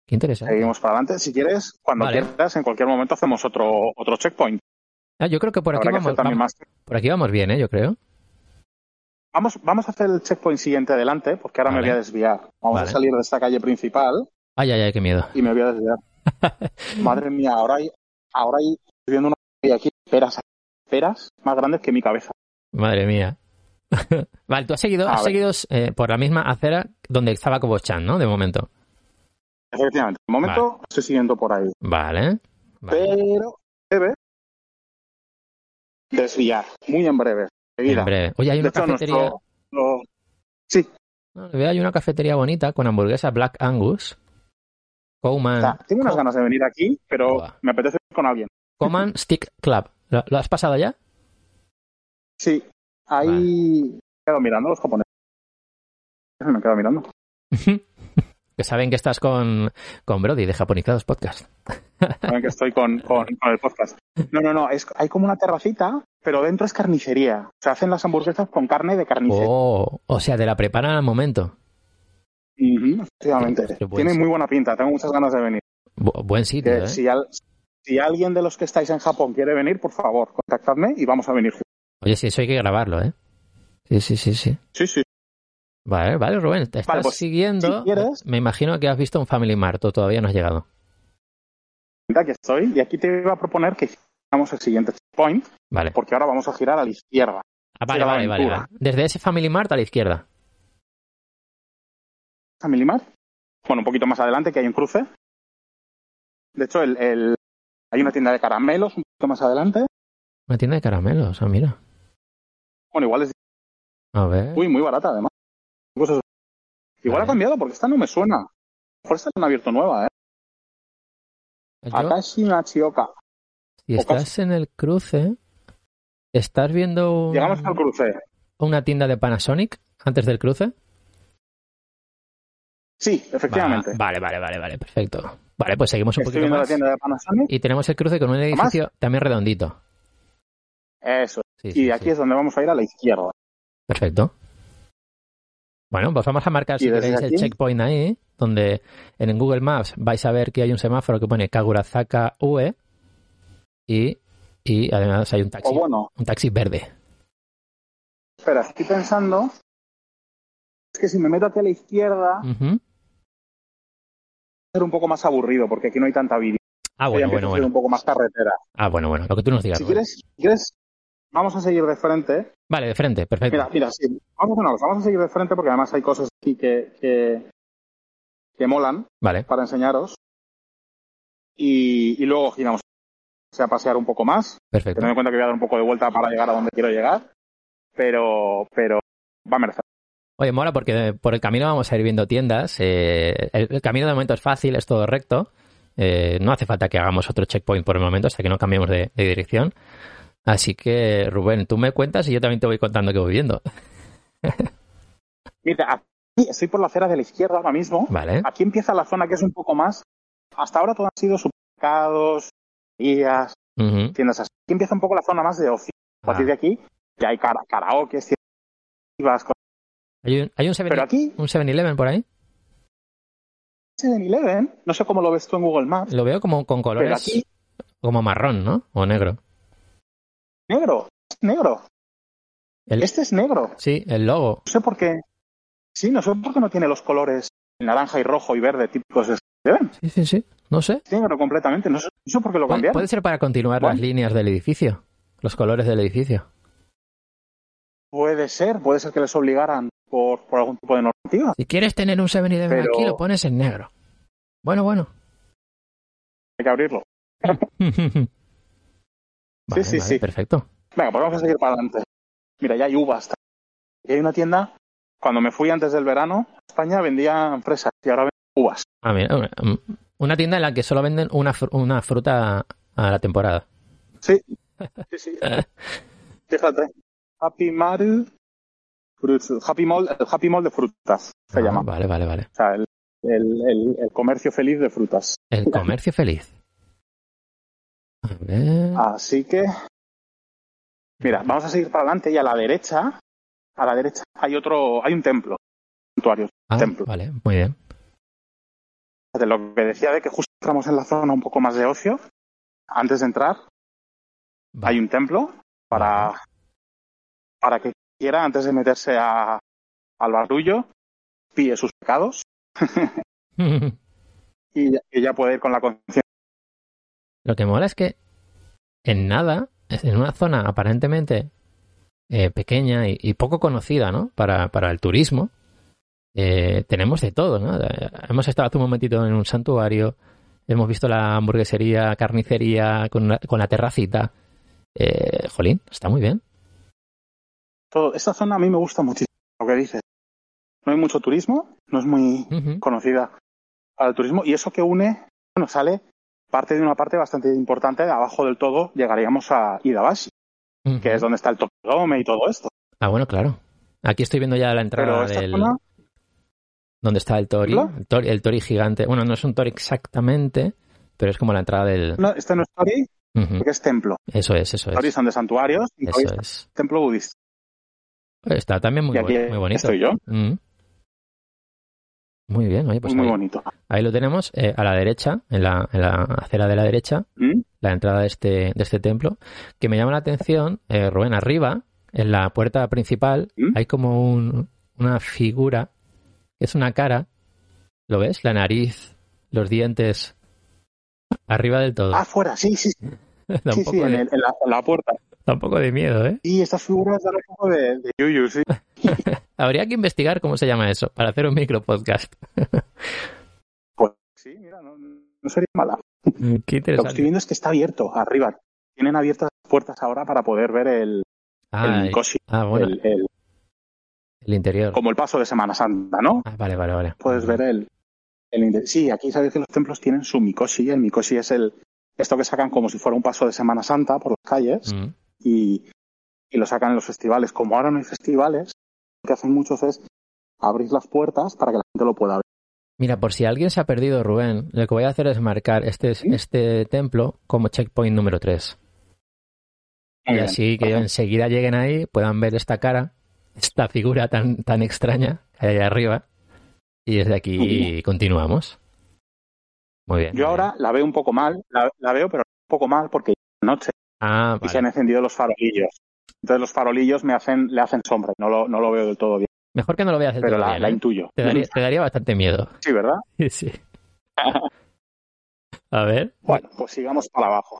A: Qué interesante.
B: Seguimos para adelante. Si quieres, cuando vale. quieras, en cualquier momento hacemos otro, otro checkpoint.
A: Ah, yo creo que por Habrá aquí que vamos, vamos más. Por aquí vamos bien, ¿eh? Yo creo.
B: Vamos, vamos a hacer el checkpoint siguiente adelante, porque ahora vale. me voy a desviar. Vamos vale. a salir de esta calle principal.
A: Ay, ay, ay, qué miedo.
B: Y me voy a desviar. Madre mía, ahora hay, ahora hay viendo una y aquí peras, peras más grandes que mi cabeza.
A: Madre mía. vale, tú has seguido, has seguido eh, por la misma acera donde estaba Cobochan, ¿no? De momento.
B: Efectivamente. De momento vale. estoy siguiendo por ahí.
A: Vale.
B: vale. Pero debe desviar, muy en breve. Seguida.
A: En breve. Oye, hay una
B: de
A: cafetería.
B: Hecho, nuestro, nuestro... Sí.
A: Veo, hay una cafetería bonita con hamburguesa Black Angus. Coleman. O sea,
B: tengo unas ganas de venir aquí, pero Oba. me apetece ir con alguien.
A: Command Stick Club. ¿Lo, ¿Lo, has pasado ya?
B: Sí. Ahí vale. quedo mirando los japoneses. Me quedo mirando.
A: que saben que estás con, con Brody de Japonizados Podcast.
B: saben que estoy con, con, con, el podcast. No, no, no. Es, hay como una terracita, pero dentro es carnicería. Se hacen las hamburguesas con carne de carnicero.
A: Oh, o sea, te la preparan al momento.
B: Uh -huh, efectivamente. Tiene sitio. muy buena pinta. Tengo muchas ganas de venir.
A: Bu buen sitio. Eh, eh.
B: Si al, si alguien de los que estáis en Japón quiere venir, por favor, contactadme y vamos a venir.
A: Oye, sí, eso hay que grabarlo, ¿eh? Sí, sí, sí, sí.
B: Sí, sí.
A: Vale, vale, Rubén, te estás
B: vale, pues,
A: siguiendo.
B: Si quieres,
A: Me imagino que has visto un Family Mart o todavía no has llegado.
B: Aquí estoy y aquí te iba a proponer que hiciéramos el siguiente checkpoint.
A: Vale.
B: Porque ahora vamos a girar a la izquierda.
A: Ah, vale, vale, vale, vale, Desde ese Family Mart a la izquierda.
B: Family Mart. Bueno, un poquito más adelante que hay un cruce. De hecho, el, el hay una tienda de caramelos un poquito más adelante.
A: Una tienda de caramelos, ah, mira.
B: Bueno, igual es.
A: A ver.
B: Uy, muy barata además. Cosas... Igual ha cambiado porque esta no me suena. A lo mejor esta una abierto nueva, ¿eh? ¿Yo? Akashi Nachioka.
A: Si estás Okashi. en el cruce, estás viendo. Un...
B: Llegamos al cruce.
A: una tienda de Panasonic antes del cruce?
B: Sí, efectivamente.
A: Va, vale, vale, vale, vale, perfecto. Vale, pues seguimos un
B: Estoy
A: poquito
B: viendo
A: más.
B: la tienda de Panasonic.
A: Y tenemos el cruce con un edificio también redondito.
B: Eso.
A: Sí,
B: y
A: sí,
B: aquí
A: sí.
B: es donde vamos a ir a la izquierda.
A: Perfecto. Bueno, pues vamos a marcar
B: ¿Y
A: si
B: desde
A: queréis el
B: aquí?
A: checkpoint ahí, donde en Google Maps vais a ver que hay un semáforo que pone Kagurazaka UE y, y además hay un taxi,
B: O Oh, bueno,
A: un taxi verde.
B: espera, estoy pensando. Es que si me meto aquí a la izquierda, va
A: Ujú.
B: a ser un poco más aburrido, porque aquí no hay tanta vida.
A: Ah,
B: Ya
A: bueno,
B: empieza
A: bueno,
B: a ser
A: bueno.
B: un poco más carretera.
A: Ah, bueno, bueno, lo que tú nos digas.
B: Si
A: Rubén.
B: quieres, si quieres, vamos a seguir de frente.
A: Vale, de frente, perfecto.
B: Mira, mira, sí. Vamos a hacer una cosa, vamos a seguir de frente porque además hay cosas aquí que, que, que molan
A: Vale,
B: para enseñaros. Y, y luego giramos. O sea, pasear un poco más.
A: perfecto.
B: Teniendo en cuenta que voy a dar un poco de vuelta para llegar a donde quiero llegar. Pero, pero va a merecer.
A: Oye, mola porque por el camino vamos a ir viendo tiendas. eh, el, el camino de momento es fácil, es todo recto. eh, no hace falta que hagamos otro checkpoint por el momento hasta que no cambiemos de, de dirección. Así que, Rubén, tú me cuentas y yo también te voy contando qué voy viendo.
B: Mira, aquí estoy por la acera de la izquierda ahora mismo.
A: Vale,
B: Aquí empieza la zona que es un poco más. Hasta ahora todo han sido supermercados, guías,
A: ujú,
B: tiendas así. Aquí empieza un poco la zona más de ocio. A partir
A: ah.
B: de aquí ya hay cara, karaoke, tiendas, cosas.
A: Ah. ¿Hay un, hay un 7
B: Pero aquí,
A: un 7-Eleven por ahí?
B: 7-Eleven, no sé cómo lo ves tú en Google Maps,
A: Lo veo como con
B: pero
A: colores
B: aquí,
A: como marrón, ¿no? O negro.
B: negro, es negro.
A: El-
B: Este es negro.
A: Sí, el logo.
B: No sé por qué. Sí, no sé por qué no tiene los colores naranja y rojo y verde típicos de 7-Eleven.
A: Sí, sí, sí. No sé.
B: Es negro completamente. No sé, no sé por qué lo
A: Pu-
B: cambiaron.
A: Puede ser para continuar las
B: Bueno.
A: líneas del edificio, los colores del edificio.
B: Puede ser, puede ser que les obligaran por, por algún tipo de normativa.
A: Si quieres tener un 7-Eleven
B: Pero-
A: aquí, lo pones en negro. Bueno, bueno.
B: Hay que abrirlo.
A: vale,
B: sí,
A: vale,
B: sí.
A: Perfecto.
B: Venga, pues vamos a seguir para adelante. Mira, ya hay uvas. Aquí hay una tienda. Cuando me fui antes del verano, España vendía fresas y ahora venden uvas.
A: Ah, mira, una, una tienda en la que solo venden una, fru- una fruta a la temporada.
B: Sí, sí, sí. Fíjate. Happy Maru. Fruits- Happy Mall, el Happy Mall de frutas se
A: Ah,
B: llama.
A: Vale, vale, vale.
B: O sea, el, el- el- el comercio feliz de frutas.
A: El comercio feliz. A ver.
B: Así que, mira, vamos a seguir para adelante y a la derecha, a la derecha hay otro, hay un templo, un santuario.
A: Ah,
B: templo.
A: Vale, muy bien.
B: De lo que decía de que justo entramos en la zona un poco más de ocio, antes de entrar
A: Va-
B: hay un templo para,
A: Vale.
B: para que quiera, antes de meterse a- al barullo, pille sus pecados y ya, y ya puede ir con la conciencia.
A: Lo que mola es que en nada, es en una zona aparentemente eh, pequeña y, y poco conocida, ¿no? Para, para el turismo, eh, tenemos de todo, ¿no? Eh, Hemos estado hace un momentito en un santuario, hemos visto la hamburguesería, carnicería, con la, con la terracita. Eh, jolín, está muy bien.
B: Todo. Esta zona a mí me gusta muchísimo, lo que dices. No hay mucho turismo, no es muy,
A: Ujú.
B: conocida al turismo y eso que une, bueno, sale parte de una parte bastante importante, de abajo del todo llegaríamos a Idabashi,
A: Ujú.
B: que es donde está el Tokidome y todo esto.
A: Ah, bueno, claro. Aquí estoy viendo ya la
B: Pero
A: entrada
B: esta
A: del...
B: zona,
A: donde está el tori,
B: ¿Templo?
A: el tori, el tori gigante. Bueno, no es un tori exactamente, pero es como la entrada del...
B: no, este no es Tori,
A: Ujú.
B: porque es templo.
A: Eso es, eso es.
B: Tori son de santuarios, y Tori es
A: Eso es.
B: templo budista.
A: Está también muy,
B: y aquí
A: bu- muy bonito.
B: estoy yo,
A: Mm. Muy bien, oye, pues
B: muy
A: ahí,
B: bonito.
A: ahí lo tenemos eh, a la derecha, en la, en la acera de la derecha,
B: ¿Mm?
A: la entrada de este, de este templo, que me llama la atención, eh, Rubén, arriba, en la puerta principal,
B: ¿Mm?
A: hay como un- una figura, que es una cara, ¿lo ves? La nariz, los dientes, arriba del todo.
B: Ah, fuera, sí, sí, sí,
A: da, un
B: sí,
A: poco
B: sí, en,
A: de,
B: el- en la, en la puerta.
A: da un poco de miedo, ¿eh?
B: Y estas figuras dan un poco de, de yuyu, sí.
A: Habría que investigar cómo se llama eso, para hacer un micro podcast.
B: Pues, Sí, mira, no, no sería mala.
A: Qué
B: Lo que estoy
A: interesante.
B: viendo es que está abierto, arriba. Tienen abiertas las puertas ahora para poder ver el, el
A: Ah,
B: Mikoshi,
A: ah, bueno, el,
B: el- el-
A: interior.
B: como el paso de Semana Santa, ¿no?
A: Ah, vale, vale, vale.
B: Puedes ver el, el inter- Sí, aquí sabes que los templos tienen su mikoshi. El mikoshi es el esto que sacan como si fuera un paso de Semana Santa por las calles
A: Mm,
B: y, y y lo sacan en los festivales. Como ahora no hay festivales, lo que hacen muchos es abrir las puertas para que la gente lo pueda ver.
A: Mira, por si alguien se ha perdido, Rubén, lo que voy a hacer es marcar este, ¿Sí? este templo como checkpoint número 3. Muy y bien. así que Ajá. enseguida lleguen ahí, puedan ver esta cara, esta figura tan, tan extraña que hay allá arriba. Y desde aquí sí. continuamos. Muy bien.
B: Yo
A: muy
B: ahora
A: bien.
B: la veo un poco mal, la, la, veo, pero un poco mal porque es noche.
A: Ah, vale.
B: Y se han encendido los farolillos. Entonces los farolillos me hacen, le hacen sombra, no lo, no lo veo del todo bien.
A: Mejor que no lo veas del
B: Pero
A: todo
B: la,
A: bien,
B: la
A: ¿eh?
B: intuyo.
A: Te daría, te daría bastante miedo.
B: Sí, ¿verdad?
A: Sí, sí. A ver.
B: Bueno, pues sigamos para abajo.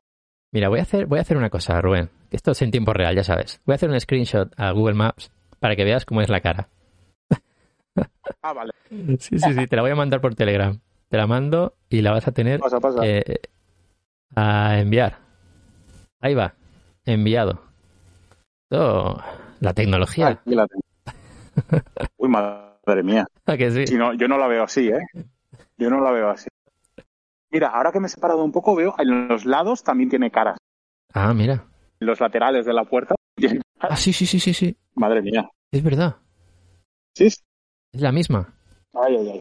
A: Mira, voy a hacer, voy a hacer una cosa, Rubén. Que esto es en tiempo real, ya sabes. Voy a hacer un screenshot a Google Maps para que veas cómo es la cara.
B: Ah, vale.
A: Sí, sí, sí, te la voy a mandar por Telegram. Te la mando y la vas a tener
B: Pasa, pasa.
A: eh, a enviar. Ahí va, enviado. Todo, la tecnología.
B: Aquí la tengo. Uy, madre mía.
A: ¿A Ah, que sí?
B: Si no, yo no la veo así, ¿eh? Yo no la veo así. Mira, ahora que me he separado un poco, veo en los lados también tiene caras.
A: Ah, mira.
B: En los laterales de la puerta. tiene caras.
A: Ah, sí, sí, sí, sí, sí.
B: Madre mía.
A: Es verdad.
B: Sí. sí.
A: Es la misma.
B: Ay, ay, ay.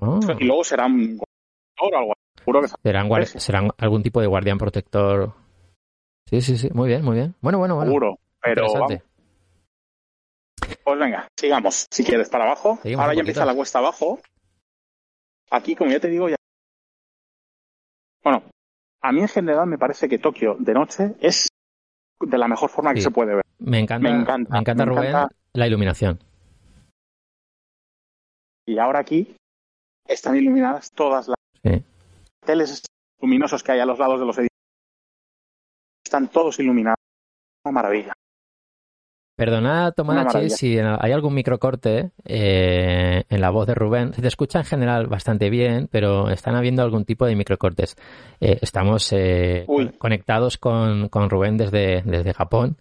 A: Oh.
B: Y luego serán un guardián o algo. Seguro que
A: Serán, guar-
B: Sí.
A: serán algún tipo de guardián protector. Sí, sí, sí. Muy bien, muy bien. Bueno, bueno, bueno.
B: seguro. Pero
A: Interesante.
B: vamos, pues venga, sigamos. Si quieres, para abajo.
A: Seguimos
B: ahora
A: un poquito.
B: ya empieza la cuesta abajo. Aquí, como ya te digo, ya. Bueno, a mí en general me parece que Tokio de noche es de la mejor forma que
A: Sí.
B: se puede ver.
A: Me encanta,
B: Me encanta,
A: me encanta,
B: me
A: Rubén,
B: encanta.
A: la iluminación.
B: Y ahora aquí están iluminadas todas las
A: Sí.
B: teles luminosos que hay a los lados de los edificios. Están todos iluminados. Una maravilla.
A: Perdonad, Tomodachi,
B: maravilla.
A: si hay algún microcorte eh, en la voz de Rubén. Se te escucha en general bastante bien, pero están habiendo algún tipo de microcortes. Eh, estamos eh,
B: Uy.
A: con- conectados con, con Rubén desde, desde Japón.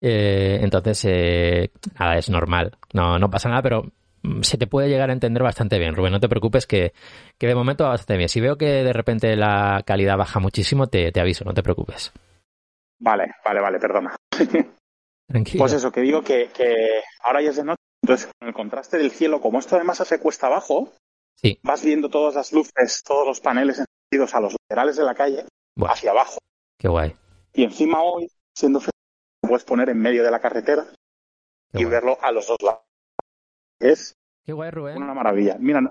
A: Eh, entonces, eh, nada, es normal. No, no pasa nada, pero mm, se te puede llegar a entender bastante bien, Rubén. No te preocupes que, que de momento va bastante bien. Si veo que de repente la calidad baja muchísimo, te, te aviso, no te preocupes.
B: Vale, vale, vale, perdona.
A: Tranquilo.
B: Pues eso, que digo que, que ahora ya es de noche, entonces con el contraste del cielo, como esto además hace cuesta abajo,
A: Sí.
B: vas viendo todas las luces, todos los paneles encendidos a los laterales de la calle,
A: Buah.
B: hacia abajo.
A: Qué guay.
B: Y encima hoy, siendo frío, lo puedes poner en medio de la carretera
A: Qué
B: y
A: guay.
B: verlo a los dos lados. Es
A: Qué guay, Rubén.
B: una maravilla. Mira, no,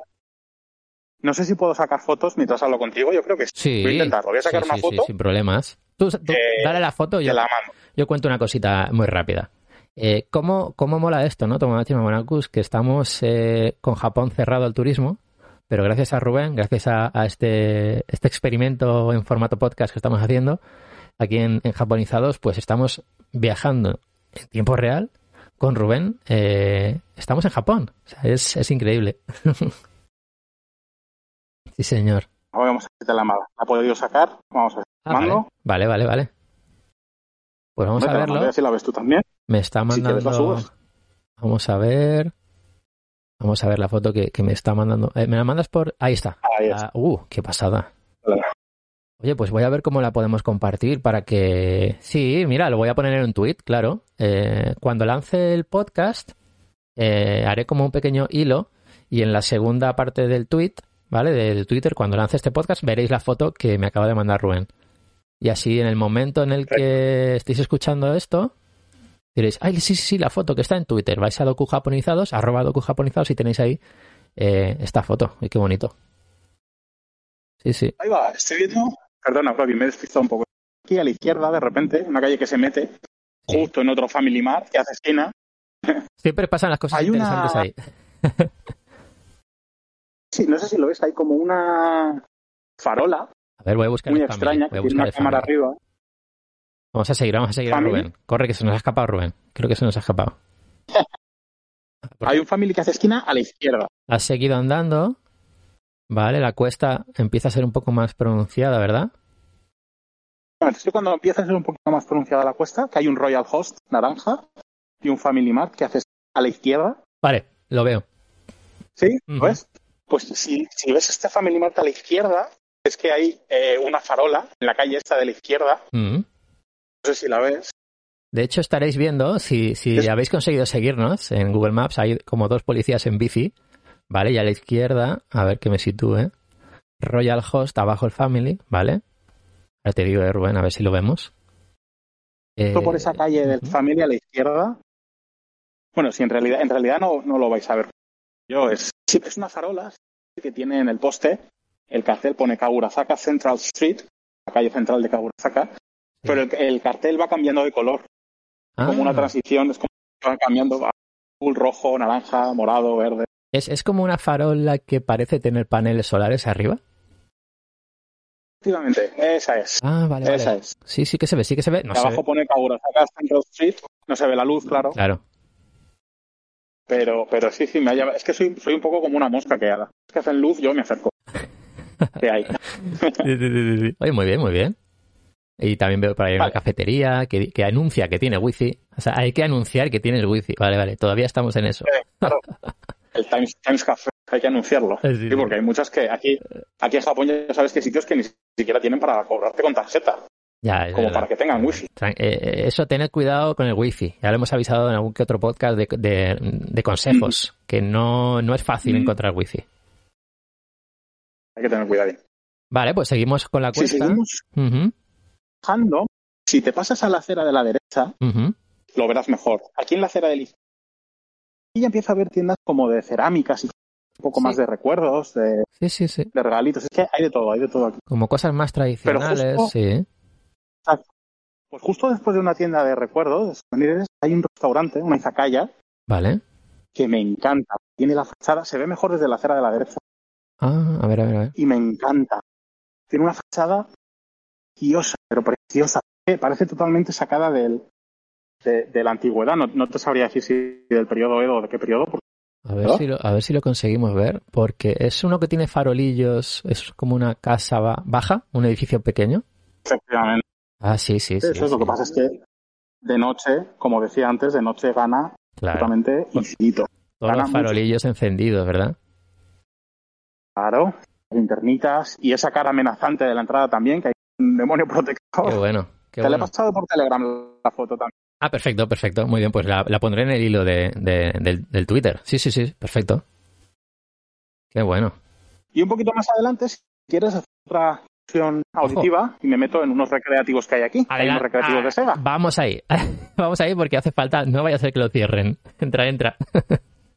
B: no sé si puedo sacar fotos mientras hablo contigo, yo creo que sí.
A: Sí.
B: Voy a intentarlo, voy a sacar
A: Sí,
B: una
A: sí,
B: foto.
A: sí, sin problemas. Tú, tú
B: Eh,
A: dale la foto, yo,
B: Te la mando.
A: yo cuento una cosita muy rápida. Eh, ¿cómo, ¿Cómo mola esto, no, Tomodachi Mamonakus? Que estamos eh, con Japón cerrado al turismo, pero gracias a Rubén, gracias a, a este, este experimento en formato podcast que estamos haciendo aquí en, en Japonizados, pues estamos viajando en tiempo real con Rubén. eh, estamos en Japón. O sea, es, es increíble. sí, señor.
B: Ahora Vamos a ver si te la mando. La he podido sacar, vamos a ver.
A: Ah,
B: Mando.
A: Vale, vale, vale. vale. Pues vamos
B: Vete,
A: a
B: la mando,
A: verlo.
B: ver si la ves tú también.
A: Me está
B: Si
A: mandando.
B: quieres, la subes.
A: vamos a ver. Vamos a ver la foto que, que me está mandando. Eh, me la mandas por. Ahí está.
B: Ahí está.
A: Ah, uh, qué pasada.
B: Claro.
A: Oye, pues voy a ver cómo la podemos compartir para que. Sí, mira, lo voy a poner en un tweet, claro. Eh, cuando lance el podcast, eh, haré como un pequeño hilo y en la segunda parte del tweet, ¿vale? Del Twitter, cuando lance este podcast, veréis la foto que me acaba de mandar Rubén. Y así, en el momento en el que estéis escuchando esto, diréis, ay, sí, sí, sí, la foto que está en Twitter. Vais a docujaponizados, arroba docujaponizados y tenéis ahí eh, esta foto. Uy, qué bonito. Sí, sí.
B: Ahí va, estoy viendo. Perdona, Rocky, me he despistado un poco. Aquí a la izquierda, de repente, una calle que se mete,
A: Sí.
B: justo en otro Family Mart que hace esquina.
A: Siempre pasan las cosas
B: Hay una-
A: interesantes ahí.
B: Sí, no sé si lo ves, hay como una farola
A: A ver, voy a buscar
B: muy
A: el family,
B: extraña
A: voy a
B: que tiene
A: buscar
B: una
A: el
B: cámara
A: family.
B: arriba.
A: Vamos a seguir, vamos a seguir a
B: Family.
A: Rubén. Corre, que se nos ha escapado Rubén. Creo que se nos ha escapado.
B: Hay un Family que hace esquina a la izquierda.
A: Has seguido andando. Vale, la cuesta empieza a ser un poco más pronunciada, ¿verdad?
B: Bueno, entonces cuando empieza a ser un poquito más pronunciada la cuesta, que hay un Royal Host naranja y un Family Mart que hace esquina a la izquierda.
A: Vale, lo veo.
B: ¿Sí? ¿Lo
A: Ujú.
B: ves? Pues si, si ves este Family Mart a la izquierda, es que hay eh, una farola en la calle esta de la izquierda.
A: Mm.
B: No sé si la ves.
A: De hecho, estaréis viendo, si, si es... habéis conseguido seguirnos en Google Maps, hay como dos policías en bici, ¿vale? Y a la izquierda, a ver que me sitúe, Royal Host, abajo el Family, ¿vale? Ahora te digo, eh, Rubén, a ver si lo vemos.
B: Eh... por esa calle del Family a la izquierda. Bueno, si en realidad, en realidad no, no lo vais a ver. Yo es, es una farola que tiene en el poste, el cartel pone Kagurazaka Central Street, la calle central de Kagurazaka, sí. pero el, el, cartel va cambiando de color. Ah. Como una transición, es como va cambiando a azul, rojo, naranja, morado, verde.
A: ¿Es, ¿Es como una farola que parece tener paneles solares arriba?
B: Efectivamente, esa es.
A: Ah, vale,
B: Esa
A: vale.
B: es.
A: Sí, sí que se ve, sí que se ve. No
B: Y
A: se
B: abajo
A: ve.
B: pone Kagurazaka Central Street, no se ve la luz, claro.
A: Claro.
B: Pero, pero sí, sí, me ha llamado. Es que soy, soy un poco como una mosca que haga. Es que hacen luz, yo me acerco. ¿Qué hay?
A: Oye, muy bien, muy bien. Y también veo por ahí una
B: Vale.
A: cafetería que, que anuncia que tiene wifi. O sea, hay que anunciar que tiene el wifi. Vale, vale, todavía estamos en eso.
B: El Times, Times Café, hay que anunciarlo.
A: Sí,
B: Sí,
A: sí.
B: porque hay muchas que aquí, aquí en Japón ya sabes que hay sitios que ni siquiera tienen para cobrarte con tarjeta,
A: Ya, es
B: como
A: verdad.
B: para que tengan wifi.
A: Tran- eh, eh, Eso, tened cuidado con el wifi. Ya lo hemos avisado en algún que otro podcast de, de- de consejos, que no, no es fácil
B: Mm.
A: encontrar wifi.
B: Hay que tener cuidado.
A: Vale, pues seguimos con la
B: Si
A: cuesta.
B: seguimos
A: Ujú,
B: bajando, si te pasas a la acera de la derecha,
A: ujú.
B: lo verás mejor. Aquí en la acera de la izquierda ya empieza a haber tiendas como de cerámicas y un poco
A: Sí.
B: más de recuerdos, de,
A: Sí, sí, sí.
B: de regalitos. Es que hay de todo, hay de todo aquí.
A: Como cosas más tradicionales,
B: justo-
A: sí.
B: Pues justo después de una tienda de recuerdos, de souvenirs, hay un restaurante, una izakaya,
A: Vale.
B: que me encanta. Tiene la fachada, se ve mejor desde la acera de la derecha,
A: Ah, a ver, a ver, a ver.
B: y me encanta. Tiene una fachada preciosa, pero preciosa. Eh, Parece totalmente sacada del, de, de la antigüedad. No, no te sabría decir si del periodo Edo o de qué periodo, porque
A: A ver,
B: ¿Verdad?
A: si lo, a ver si lo conseguimos ver, porque es uno que tiene farolillos, es como una casa ba- baja, un edificio pequeño.
B: efectivamente.
A: Ah, sí, sí, sí.
B: eso es lo
A: sí.
B: que pasa es que de noche, como decía antes, de noche gana
A: Claro,
B: totalmente infinito.
A: todos
B: gana
A: los
B: mucho.
A: farolillos encendidos, ¿verdad?
B: Claro, linternitas y esa cara amenazante de la entrada también, que hay un demonio protector.
A: Qué bueno, qué
B: Te la he
A: bueno.
B: pasado por Telegram la foto también.
A: Ah, perfecto, perfecto. Muy bien, pues la, la pondré en el hilo de, de- del, del Twitter. Sí, sí, sí, perfecto. Qué bueno.
B: Y un poquito más adelante, si quieres hacer otra opción auditiva, y me meto en unos recreativos que hay aquí. Hay unos
A: Adelante.
B: recreativos
A: Ah,
B: de Sega.
A: Vamos ahí. vamos ahí porque hace falta. No vaya a ser que lo cierren. Entra, entra.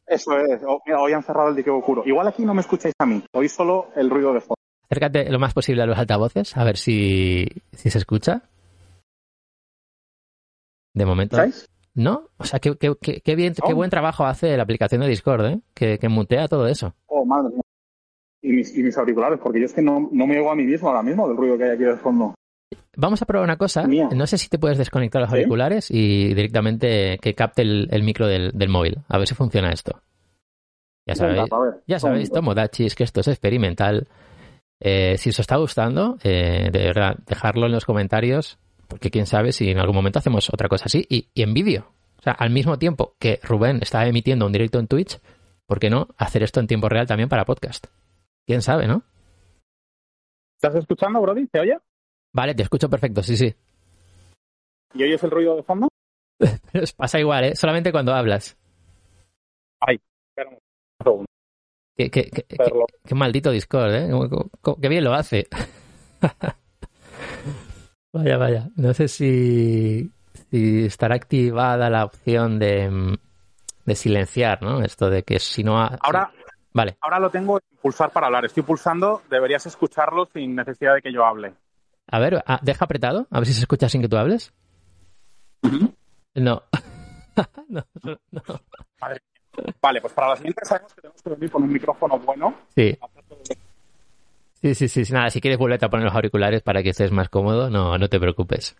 B: Eso es. O- mira, hoy han cerrado el diqueo oscuro. Igual aquí no me escucháis a mí. Oís solo el ruido de fondo.
A: Acércate lo más posible a los altavoces, a ver si, si se escucha. De momento.
B: ¿Escucháis?
A: ¿No? O sea, qué, qué, qué- qué bien, qué
B: No.
A: buen trabajo hace la aplicación de Discord, ¿eh? Que, que mutea todo eso.
B: Oh, madre mía. Y mis, y mis auriculares, porque yo es que no, no me oigo a mí mismo ahora mismo del ruido que hay aquí de fondo.
A: Vamos a probar una cosa.
B: Mía.
A: No sé si te puedes desconectar los
B: ¿Sí?
A: auriculares y directamente que capte el, el micro del, del móvil. A ver si funciona esto. Ya sabéis,
B: Intenta, a ver.
A: ya sabéis,
B: Son-
A: Tomodachi, es que esto es experimental. Eh, si os está gustando, eh, de verdad, dejadlo en los comentarios, porque quién sabe si en algún momento hacemos otra cosa así y, y en vídeo. O sea, al mismo tiempo que Rubén está emitiendo un directo en Twitch, ¿por qué no hacer esto en tiempo real también para podcast? Quién sabe, ¿no?
B: ¿Estás escuchando, Brody? ¿Te oye?
A: Vale, te escucho perfecto, sí, sí.
B: ¿Y oyes el ruido de fondo?
A: Os pasa igual, ¿eh? Solamente cuando hablas.
B: Espera un segundo,
A: Qué, qué- qué- qué-
B: verlo.
A: qué maldito Discord, ¿eh? Cómo- cómo- Qué bien lo hace. vaya, vaya. No sé si, si estará activada la opción de, mm, de silenciar, ¿no? Esto de que si no... ha-
E: Ahora,
A: Vale,
E: ahora lo tengo en pulsar para hablar. Estoy pulsando, deberías escucharlo sin necesidad de que yo hable.
A: a ver, ah, deja apretado, a ver si se escucha sin que tú hables. No. no. no, no.
E: Vale, pues para la siguiente
B: Siempre sabemos que tenemos que venir con un micrófono bueno.
A: Sí. Sí, sí, sí. sí. Nada, si quieres vuélvete a poner los auriculares para que estés más cómodo, no, no te preocupes.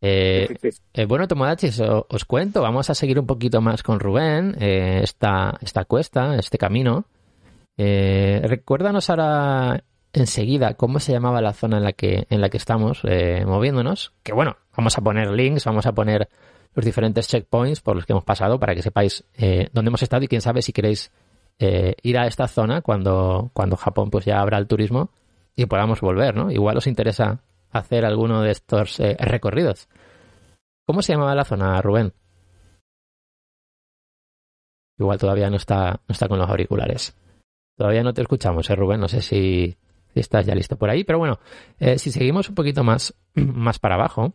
A: Eh, Eh, bueno, Tomodachi, so- os cuento, vamos a seguir un poquito más con Rubén, eh, esta, esta cuesta, este camino. Eh, recuérdanos ahora enseguida cómo se llamaba la zona en la que, en la que estamos eh, moviéndonos. Que bueno, vamos a poner links, vamos a poner los diferentes checkpoints por los que hemos pasado para que sepáis eh, dónde hemos estado y quién sabe si queréis eh, ir a esta zona cuando, cuando Japón pues ya habrá el turismo y podamos volver, ¿no? Igual os interesa hacer alguno de estos eh, recorridos. ¿Cómo se llamaba la zona, Rubén? Igual todavía no está, no está con los auriculares. Todavía no te escuchamos, eh, Rubén. No sé si, si estás ya listo por ahí. Pero bueno, eh, si seguimos un poquito más, más para abajo,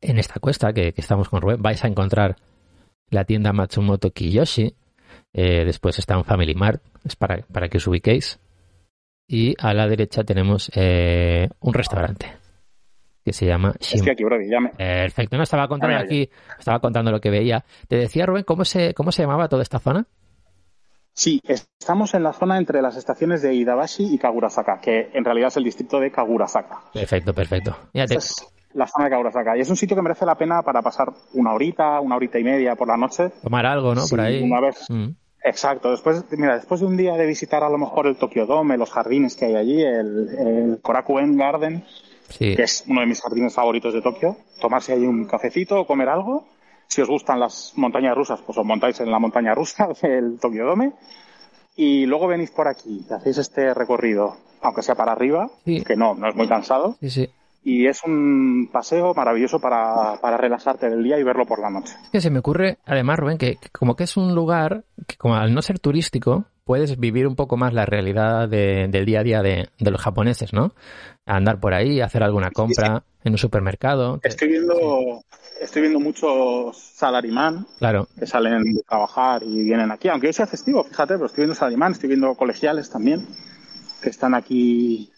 A: en esta cuesta que, que estamos con Rubén, vais a encontrar la tienda Matsumoto Kiyoshi. Eh, después está un Family Mart, es para, para que os ubiquéis. Y a la derecha tenemos eh, un restaurante que se llama
B: Shim. Estoy aquí, bro, llame.
A: Perfecto, no estaba contando llame, aquí, estaba contando lo que veía. Te decía Rubén, ¿cómo se, cómo se llamaba toda esta zona?
B: Sí, estamos en la zona entre las estaciones de Idabashi y Kagurasaka, que en realidad es el distrito de Kagurasaka.
A: Perfecto, perfecto.
B: Ya te... es la zona de Kagurasaka. Y es un sitio que merece la pena para pasar una horita, una horita y media por la noche.
A: Tomar algo, ¿no?
B: Sí,
A: por ahí.
B: Una vez. Mm. Exacto. Después, mira, después de un día de visitar a lo mejor el Tokyo Dome, los jardines que hay allí, el, el Korakuen Garden, sí. que es uno de mis jardines favoritos de Tokio, tomarse ahí un cafecito o comer algo si os gustan las montañas rusas, pues os montáis en la montaña rusa del Tokyo Dome. Y luego venís por aquí, hacéis este recorrido, aunque sea para arriba, sí. que no, no es muy cansado.
A: Sí, sí.
B: Y es un paseo maravilloso para, para, relajarte del día y verlo por la noche.
A: Es que se me ocurre, además, Rubén, que, que como que es un lugar que como al no ser turístico, puedes vivir un poco más la realidad de, del día a día de, de, los japoneses, ¿no? Andar por ahí, hacer alguna compra sí, sí. en un supermercado.
B: Estoy viendo, sí. estoy viendo muchos salarimán
A: claro.
B: que salen de trabajar y vienen aquí, aunque hoy sea festivo, fíjate, pero estoy viendo salarimán, estoy viendo colegiales también que están aquí.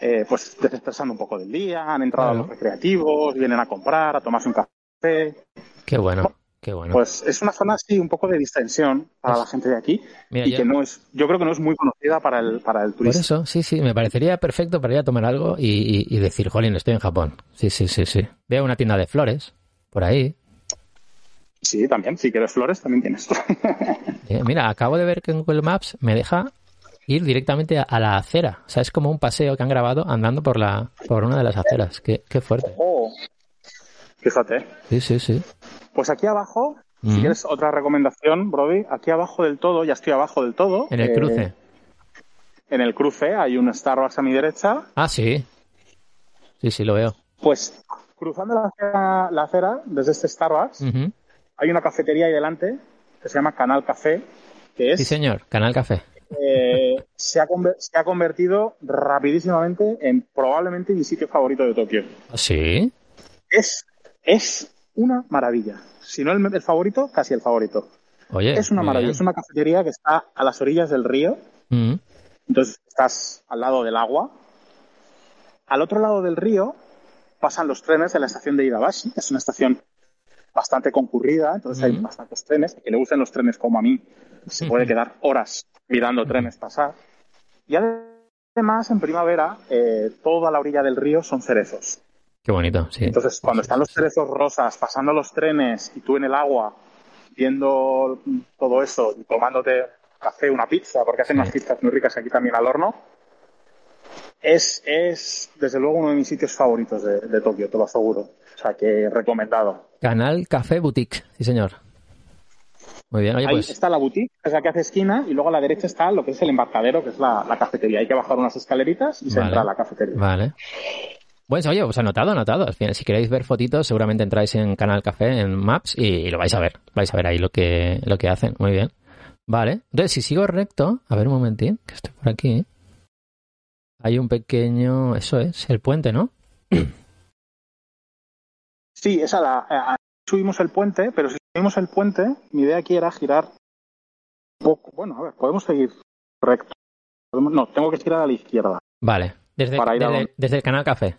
B: Eh, pues desestresando un poco del día, han entrado claro. a los recreativos, vienen a comprar, a tomarse un café.
A: Qué bueno. Qué bueno.
B: Pues es una zona así un poco de distensión para pues, la gente de aquí mira, y yo, que no es, yo creo que no es muy conocida para el, para el turista.
A: Por eso, sí, sí, me parecería perfecto para ir a tomar algo y, y, y, decir, jolín, estoy en Japón. Sí, sí, sí, sí. Veo una tienda de flores por ahí.
B: Sí, también, si quieres flores también tienes.
A: eh, mira, acabo de ver que en Google Maps me deja ir directamente a, a, la acera. O sea, es como un paseo que han grabado andando por la por una de las aceras. Qué, qué fuerte.
B: Oh, fíjate.
A: Sí, sí, sí.
B: Pues aquí abajo, mm. si quieres otra recomendación, Brody, aquí abajo del todo, ya estoy abajo del todo.
A: En el eh, cruce.
B: En el cruce hay un Starbucks a mi derecha.
A: Ah, sí. Sí, sí, lo veo.
B: Pues cruzando la acera, la acera desde este Starbucks, uh
A: Mm.
B: -huh. hay una cafetería ahí delante que se llama Canal Café, que es...
A: Sí, señor, Canal Café.
B: Eh, se, ha se ha convertido rapidísimamente en probablemente mi sitio favorito de Tokio.
A: Ah, ¿Sí?
B: Es, es una maravilla. Si no el, el, favorito, casi el favorito.
A: Oye,
B: es una maravilla. Bien. Es una cafetería que está a las orillas del río.
A: Uh -huh.
B: Entonces estás al lado del agua. Al otro lado del río pasan los trenes de la estación de Idabashi, que es una estación bastante concurrida, entonces uh -huh. hay bastantes trenes. Que le gustan los trenes como a mí, se puede uh -huh. quedar horas mirando trenes pasar. Y además, en primavera, eh, toda la orilla del río son cerezos.
A: Qué bonito, sí.
B: Entonces, cuando están los cerezos rosas pasando los trenes y tú en el agua viendo todo eso y tomándote café, una pizza, porque hacen sí. unas pizzas muy ricas aquí también al horno, es, es desde luego uno de mis sitios favoritos de, de Tokio, te lo aseguro. O sea, que recomendado.
A: Canal Café Boutique, sí señor. Muy bien, oye,
B: Ahí
A: pues.
B: está la boutique, que es la que hace esquina, y luego a la derecha está lo que es el embarcadero, que es la, la cafetería. Hay que bajar unas escaleritas y vale. se entra a la cafetería.
A: Vale. Pues oye, pues anotado, anotado. Al final, si queréis ver fotitos, seguramente entráis en Canal Café, en Maps, y lo vais a ver. Vais a ver ahí lo que, lo que hacen. Muy bien. Vale. Entonces, si sigo recto, a ver un momentín, que estoy por aquí. Hay un pequeño. Eso es, el puente, ¿no?
B: Sí, esa la. eh, A, subimos el puente, pero si subimos el puente, mi idea aquí era girar un poco. Bueno, a ver, podemos seguir recto. No, tengo que girar a la izquierda.
A: Vale. Desde, para ir desde, a donde... desde el canal Café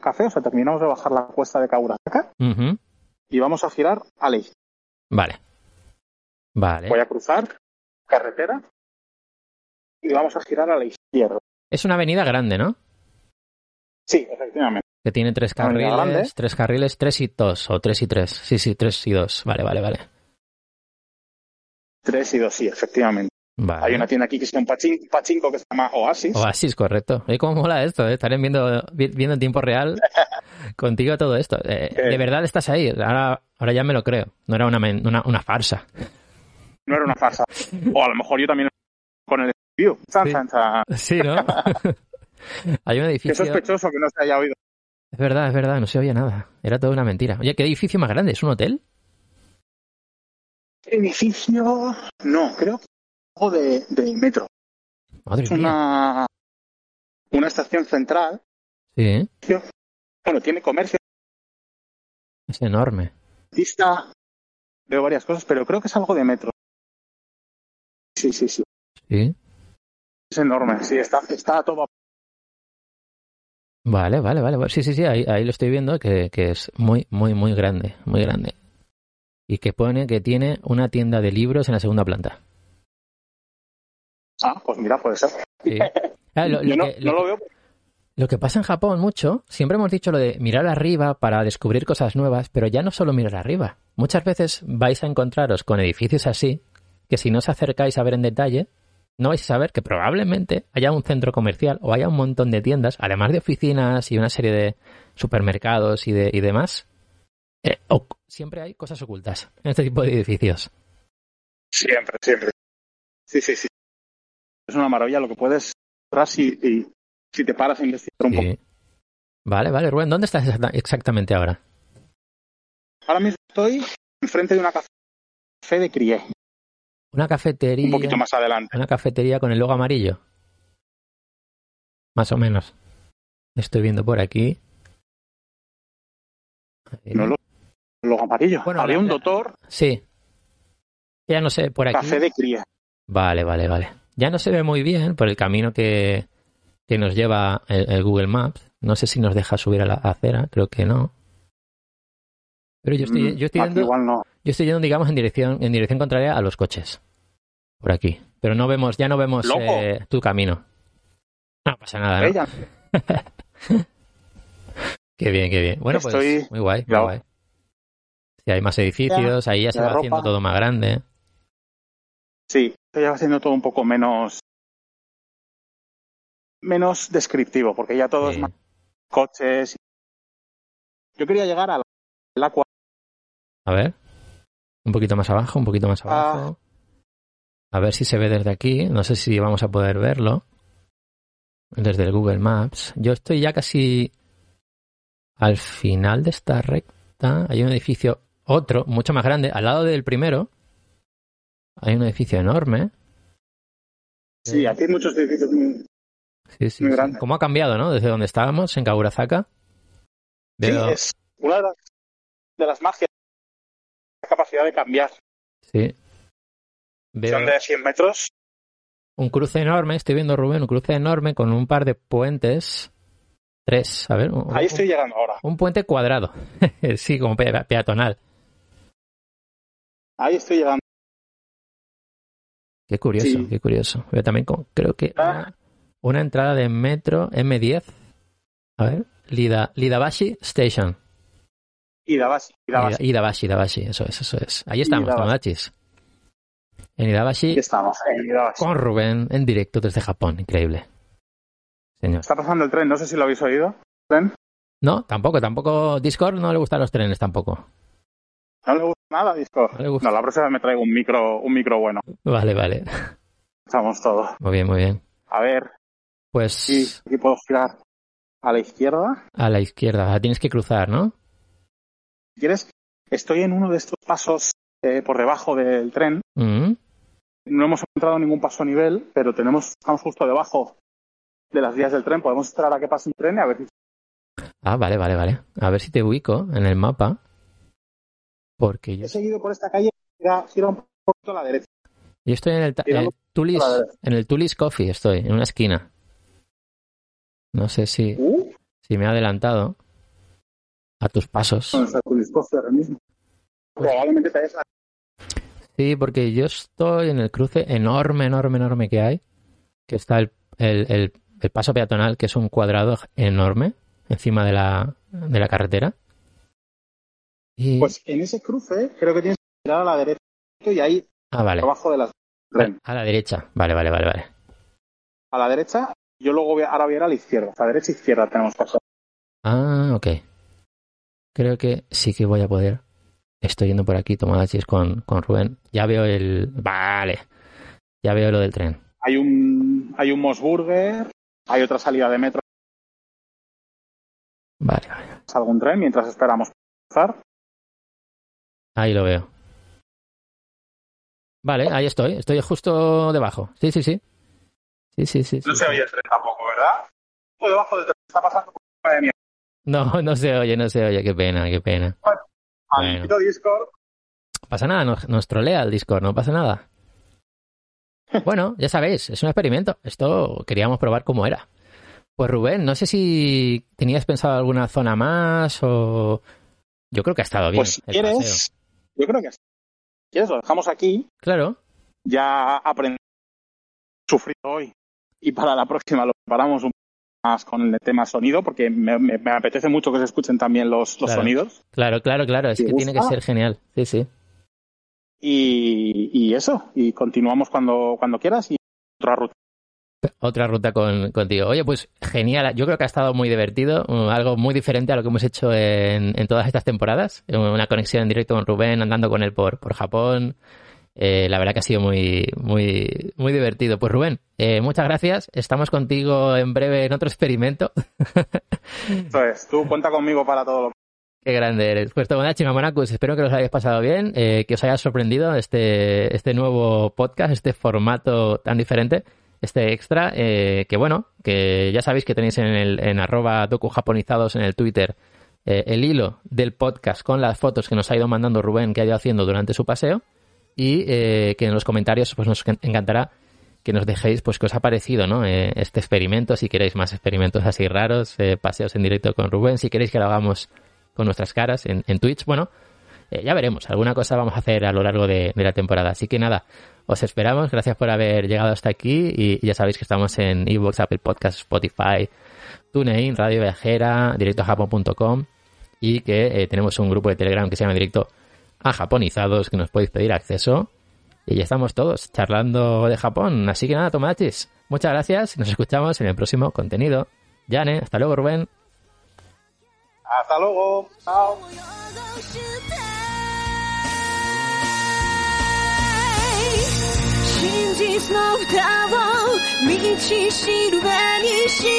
B: café, o sea, terminamos de bajar la cuesta de Kaurasaka
A: uh -huh.
B: y vamos a girar a la izquierda.
A: Vale. Vale.
B: Voy a cruzar carretera y vamos a girar a la izquierda.
A: Es una avenida grande, ¿no?
B: Sí, efectivamente.
A: Que tiene tres carriles, tres carriles, tres y dos, o tres y tres. Sí, sí, tres y dos. Vale, vale, vale.
B: Tres y dos, sí, efectivamente.
A: Vale.
B: Hay una tienda aquí que es un pachin, pachinko que se llama Oasis.
A: Oasis, correcto. ¿Y cómo mola esto? Eh? Estaré viendo, viendo en tiempo real contigo todo esto. Eh, eh, de verdad estás ahí. Ahora, ahora ya me lo creo. No era una, una, una farsa.
B: No era una farsa. o a lo mejor yo también con el view.
A: Sí. sí, ¿no? Hay un edificio.
B: Qué sospechoso que no se haya oído.
A: Es verdad, es verdad, no se oía nada. Era toda una mentira. Oye, ¿qué edificio más grande? ¿Es un hotel?
B: Edificio. No, creo que algo de, de metro.
A: Madre
B: es
A: mía.
B: una, una estación central.
A: Sí, ¿eh?
B: Bueno, tiene comercio,
A: es enorme.
B: artista. Veo varias cosas, pero creo que es algo de metro. Sí, sí, sí.
A: Sí.
B: Es enorme. Sí, está, está a todo.
A: Vale, vale, vale. vale. Sí, sí, sí, ahí, ahí lo estoy viendo, que, que es muy, muy, muy grande, muy grande. Y que pone que tiene una tienda de libros en la segunda planta.
B: Ah, pues mira, puede ser.
A: Sí. Ah, lo, lo
B: Yo no,
A: que, lo
B: no lo
A: que-
B: veo.
A: lo que pasa en Japón mucho, siempre hemos dicho lo de mirar arriba para descubrir cosas nuevas, pero ya no solo mirar arriba. Muchas veces vais a encontraros con edificios así, que si no os acercáis a ver en detalle, no vais a saber que probablemente haya un centro comercial o haya un montón de tiendas, además de oficinas y una serie de supermercados y, de, y demás. Eh, o- siempre hay cosas ocultas en este tipo de edificios.
B: Siempre, siempre. Sí, sí, sí. Es una maravilla lo que puedes encontrar si, y- si te paras a investigar un poco.
A: Sí. Vale, vale, Rubén, ¿dónde estás exacta- exactamente ahora?
B: Ahora mismo estoy enfrente de una café café de Crié,
A: Una cafetería.
B: un poquito más adelante.
A: Una cafetería con el logo amarillo. Más o menos. Estoy viendo por aquí. Eh,
B: No lo, los amarillos.
A: Bueno,
B: Había
A: la-
B: un
A: la-
B: doctor
A: Sí. Ya no sé, por aquí.
B: café de Crié.
A: Vale, vale, vale. Ya no se ve muy bien por el camino que, que nos lleva el, el Google Maps. No sé si nos deja subir a la acera, creo que no. Pero yo estoy,
B: Mm,
A: yo estoy
B: aquí
A: yendo-
B: Igual no.
A: yo estoy yendo, digamos, en dirección, en dirección contraria a los coches. Por aquí. Pero no vemos, ya no vemos
E: Loco.
A: eh, tu camino. No pasa nada, ¿no?
B: Ella.
A: Qué bien, qué bien. Bueno, pues
B: Estoy-
A: muy guay, muy
B: Claro.
A: guay. Si hay más edificios, ahí ya se
B: la
A: va
B: ropa.
A: haciendo todo más grande.
B: Sí, esto ya va siendo todo un poco menos menos descriptivo, porque ya todo
A: Sí.
B: es más coches. Yo quería llegar al la cua-
A: A ver. Un poquito más abajo, un poquito más
B: Ah.
A: abajo. A ver si se ve desde aquí. No sé si vamos a poder verlo. Desde el Google Maps. Yo estoy ya casi al final de esta recta. Hay un edificio, otro, mucho más grande. Al lado del primero hay un edificio enorme. Eh.
B: Sí, aquí hay muchos edificios. Mm, muy-
A: Sí, sí,
B: Muy
A: sí.
B: grande.
A: ¿Cómo ha cambiado, no? Desde donde estábamos, en Kagurazaka.
B: Sí,
A: Veo-
B: es una de las, de las magias, la capacidad de cambiar.
A: sí. Veo
B: Son de 100 metros.
A: un cruce enorme, estoy viendo Rubén, un cruce enorme con un par de puentes. Tres, a ver. Un,
B: Ahí estoy llegando ahora.
A: un puente cuadrado. sí, como pe- peatonal.
B: Ahí estoy llegando.
A: Qué curioso,
B: Sí. Ah.
A: qué curioso. Veo también, con- creo que una, una entrada de metro M10. A ver, Lida, Lidabashi Station.
B: Y la base. Y la base.
A: Ida- Idabashi, Idabashi, eso es, eso es. Ahí estamos,
B: Idabashi.
A: Tomodachis. En Idabashi
B: Aquí estamos. en Idabashi.
A: con Rubén en directo desde Japón, increíble. Señor.
B: Está pasando el tren, no sé si lo habéis oído. ¿Tren?
A: No, tampoco, tampoco. Discord no le gustan los trenes tampoco.
B: No le gusta nada, disco.
A: No le gusta.
B: No, la próxima me traigo un micro, un micro bueno.
A: Vale, vale.
B: Estamos todos.
A: Muy bien, muy bien.
B: A ver,
A: Pues
B: Sí, aquí puedo girar a la izquierda.
A: a la izquierda, la tienes que cruzar, ¿no?
B: Si quieres, estoy en uno de estos pasos eh, por debajo del tren.
A: Mm,
B: No hemos entrado en ningún paso a nivel, pero tenemos, estamos justo debajo de las vías del tren. Podemos esperar a que pase un tren y a ver si
A: Ah, vale, vale, vale. A ver si te ubico en el mapa. Porque yo,
B: he seguido por esta calle. Gira, gira un poquito a la derecha.
A: yo estoy en el, ta- en el
B: Tirando
A: Tulis,
B: a la derecha.
A: en el Tulis Coffee, estoy, en una esquina. No sé si,
B: Uh,
A: si me he adelantado a tus pasos.
B: bueno, está tu discurso ahora mismo.
A: Pues-
B: Probablemente te hayas
A: Sí, porque yo estoy en el cruce enorme, enorme, enorme que hay, que está el, el- el- el paso peatonal, que es un cuadrado enorme encima de la, de la carretera. Y...
B: Pues en ese cruce creo que tienes que girar a la derecha y ahí
A: ah, vale.
B: debajo de las tren.
A: A la derecha. Vale, vale, vale, vale.
B: A la derecha, yo luego voy a- ahora voy a ir a la izquierda. A la derecha e izquierda tenemos paso.
A: Ah, ok. Creo que sí que voy a poder. Estoy yendo por aquí, Tomodachis con, con Rubén. Ya veo el... Vale. Ya veo lo del tren.
B: hay un hay un Mosburger, hay otra salida de metro.
A: Vale, vale.
B: pasa algún tren mientras esperamos pasar.
A: Ahí lo veo. Vale, ahí estoy. Estoy justo debajo. Sí, sí, sí. Sí, sí, sí.
B: No
A: sí.
B: se oye el tren tampoco, ¿verdad? Justo debajo del tren está pasando por encima de mí.
A: No, no se oye, no se oye. Qué pena, qué pena.
B: Bueno, al
A: Bueno.
B: quito Discord.
A: Pasa nada, nos, nos trolea el Discord, no pasa nada. Bueno, ya sabéis, es un experimento. Esto queríamos probar cómo era. Pues Rubén, no sé si tenías pensado alguna zona más o... Yo creo que ha estado bien.
B: Pues si
A: el
B: quieres,
A: paseo.
B: yo creo que si quieres lo dejamos aquí.
A: Claro.
B: Ya aprendí sufrido hoy. Y para la próxima lo preparamos un poco más con el tema sonido, porque me, me- me apetece mucho que se escuchen también los, los
A: Claro.
B: sonidos.
A: Claro, claro, claro. Es
B: ¿Te
A: que tiene que
B: gusta?
A: ser genial. Sí, sí.
B: Y, y eso, y continuamos cuando, cuando quieras y otra ruta.
A: Otra ruta con, contigo. Oye, pues genial. Yo creo que ha estado muy divertido. mm, Algo muy diferente a lo que hemos hecho en, en todas estas temporadas. Una conexión en directo con Rubén, andando con él por, por Japón. Eh, la verdad que ha sido muy, muy, muy divertido. Pues Rubén, eh, muchas gracias. Estamos contigo en breve en otro experimento.
B: Entonces, tú cuenta conmigo para todo lo
A: Qué grande eres. Pues Tomodachi Mamonacus, espero que os lo hayáis pasado bien, eh, que os haya sorprendido este, este nuevo podcast, este formato tan diferente, este extra, eh, que bueno, que ya sabéis que tenéis en, el, en arroba docujaponizados en el Twitter eh, el hilo del podcast con las fotos que nos ha ido mandando Rubén, que ha ido haciendo durante su paseo, y eh, que en los comentarios pues nos encantará que nos dejéis pues qué os ha parecido ¿no? Eh, este experimento, si queréis más experimentos así raros, eh, paseos en directo con Rubén, si queréis que lo hagamos con nuestras caras en, en Twitch, bueno, eh, ya veremos, alguna cosa vamos a hacer a lo largo de, de la temporada. Así que nada, os esperamos, gracias por haber llegado hasta aquí y, y ya sabéis que estamos en Evox, Apple Podcast, Spotify, TuneIn, Radio Viajera, directojapón.com y que eh, tenemos un grupo de Telegram que se llama Directo a Japonizados que nos podéis pedir acceso y ya estamos todos charlando de Japón. Así que nada, tomates. Muchas gracias y nos escuchamos en el próximo contenido. Yane, hasta luego Rubén.
B: Hasta luego. Chao.
F: 我要到时代，真実の歌を道しるべにして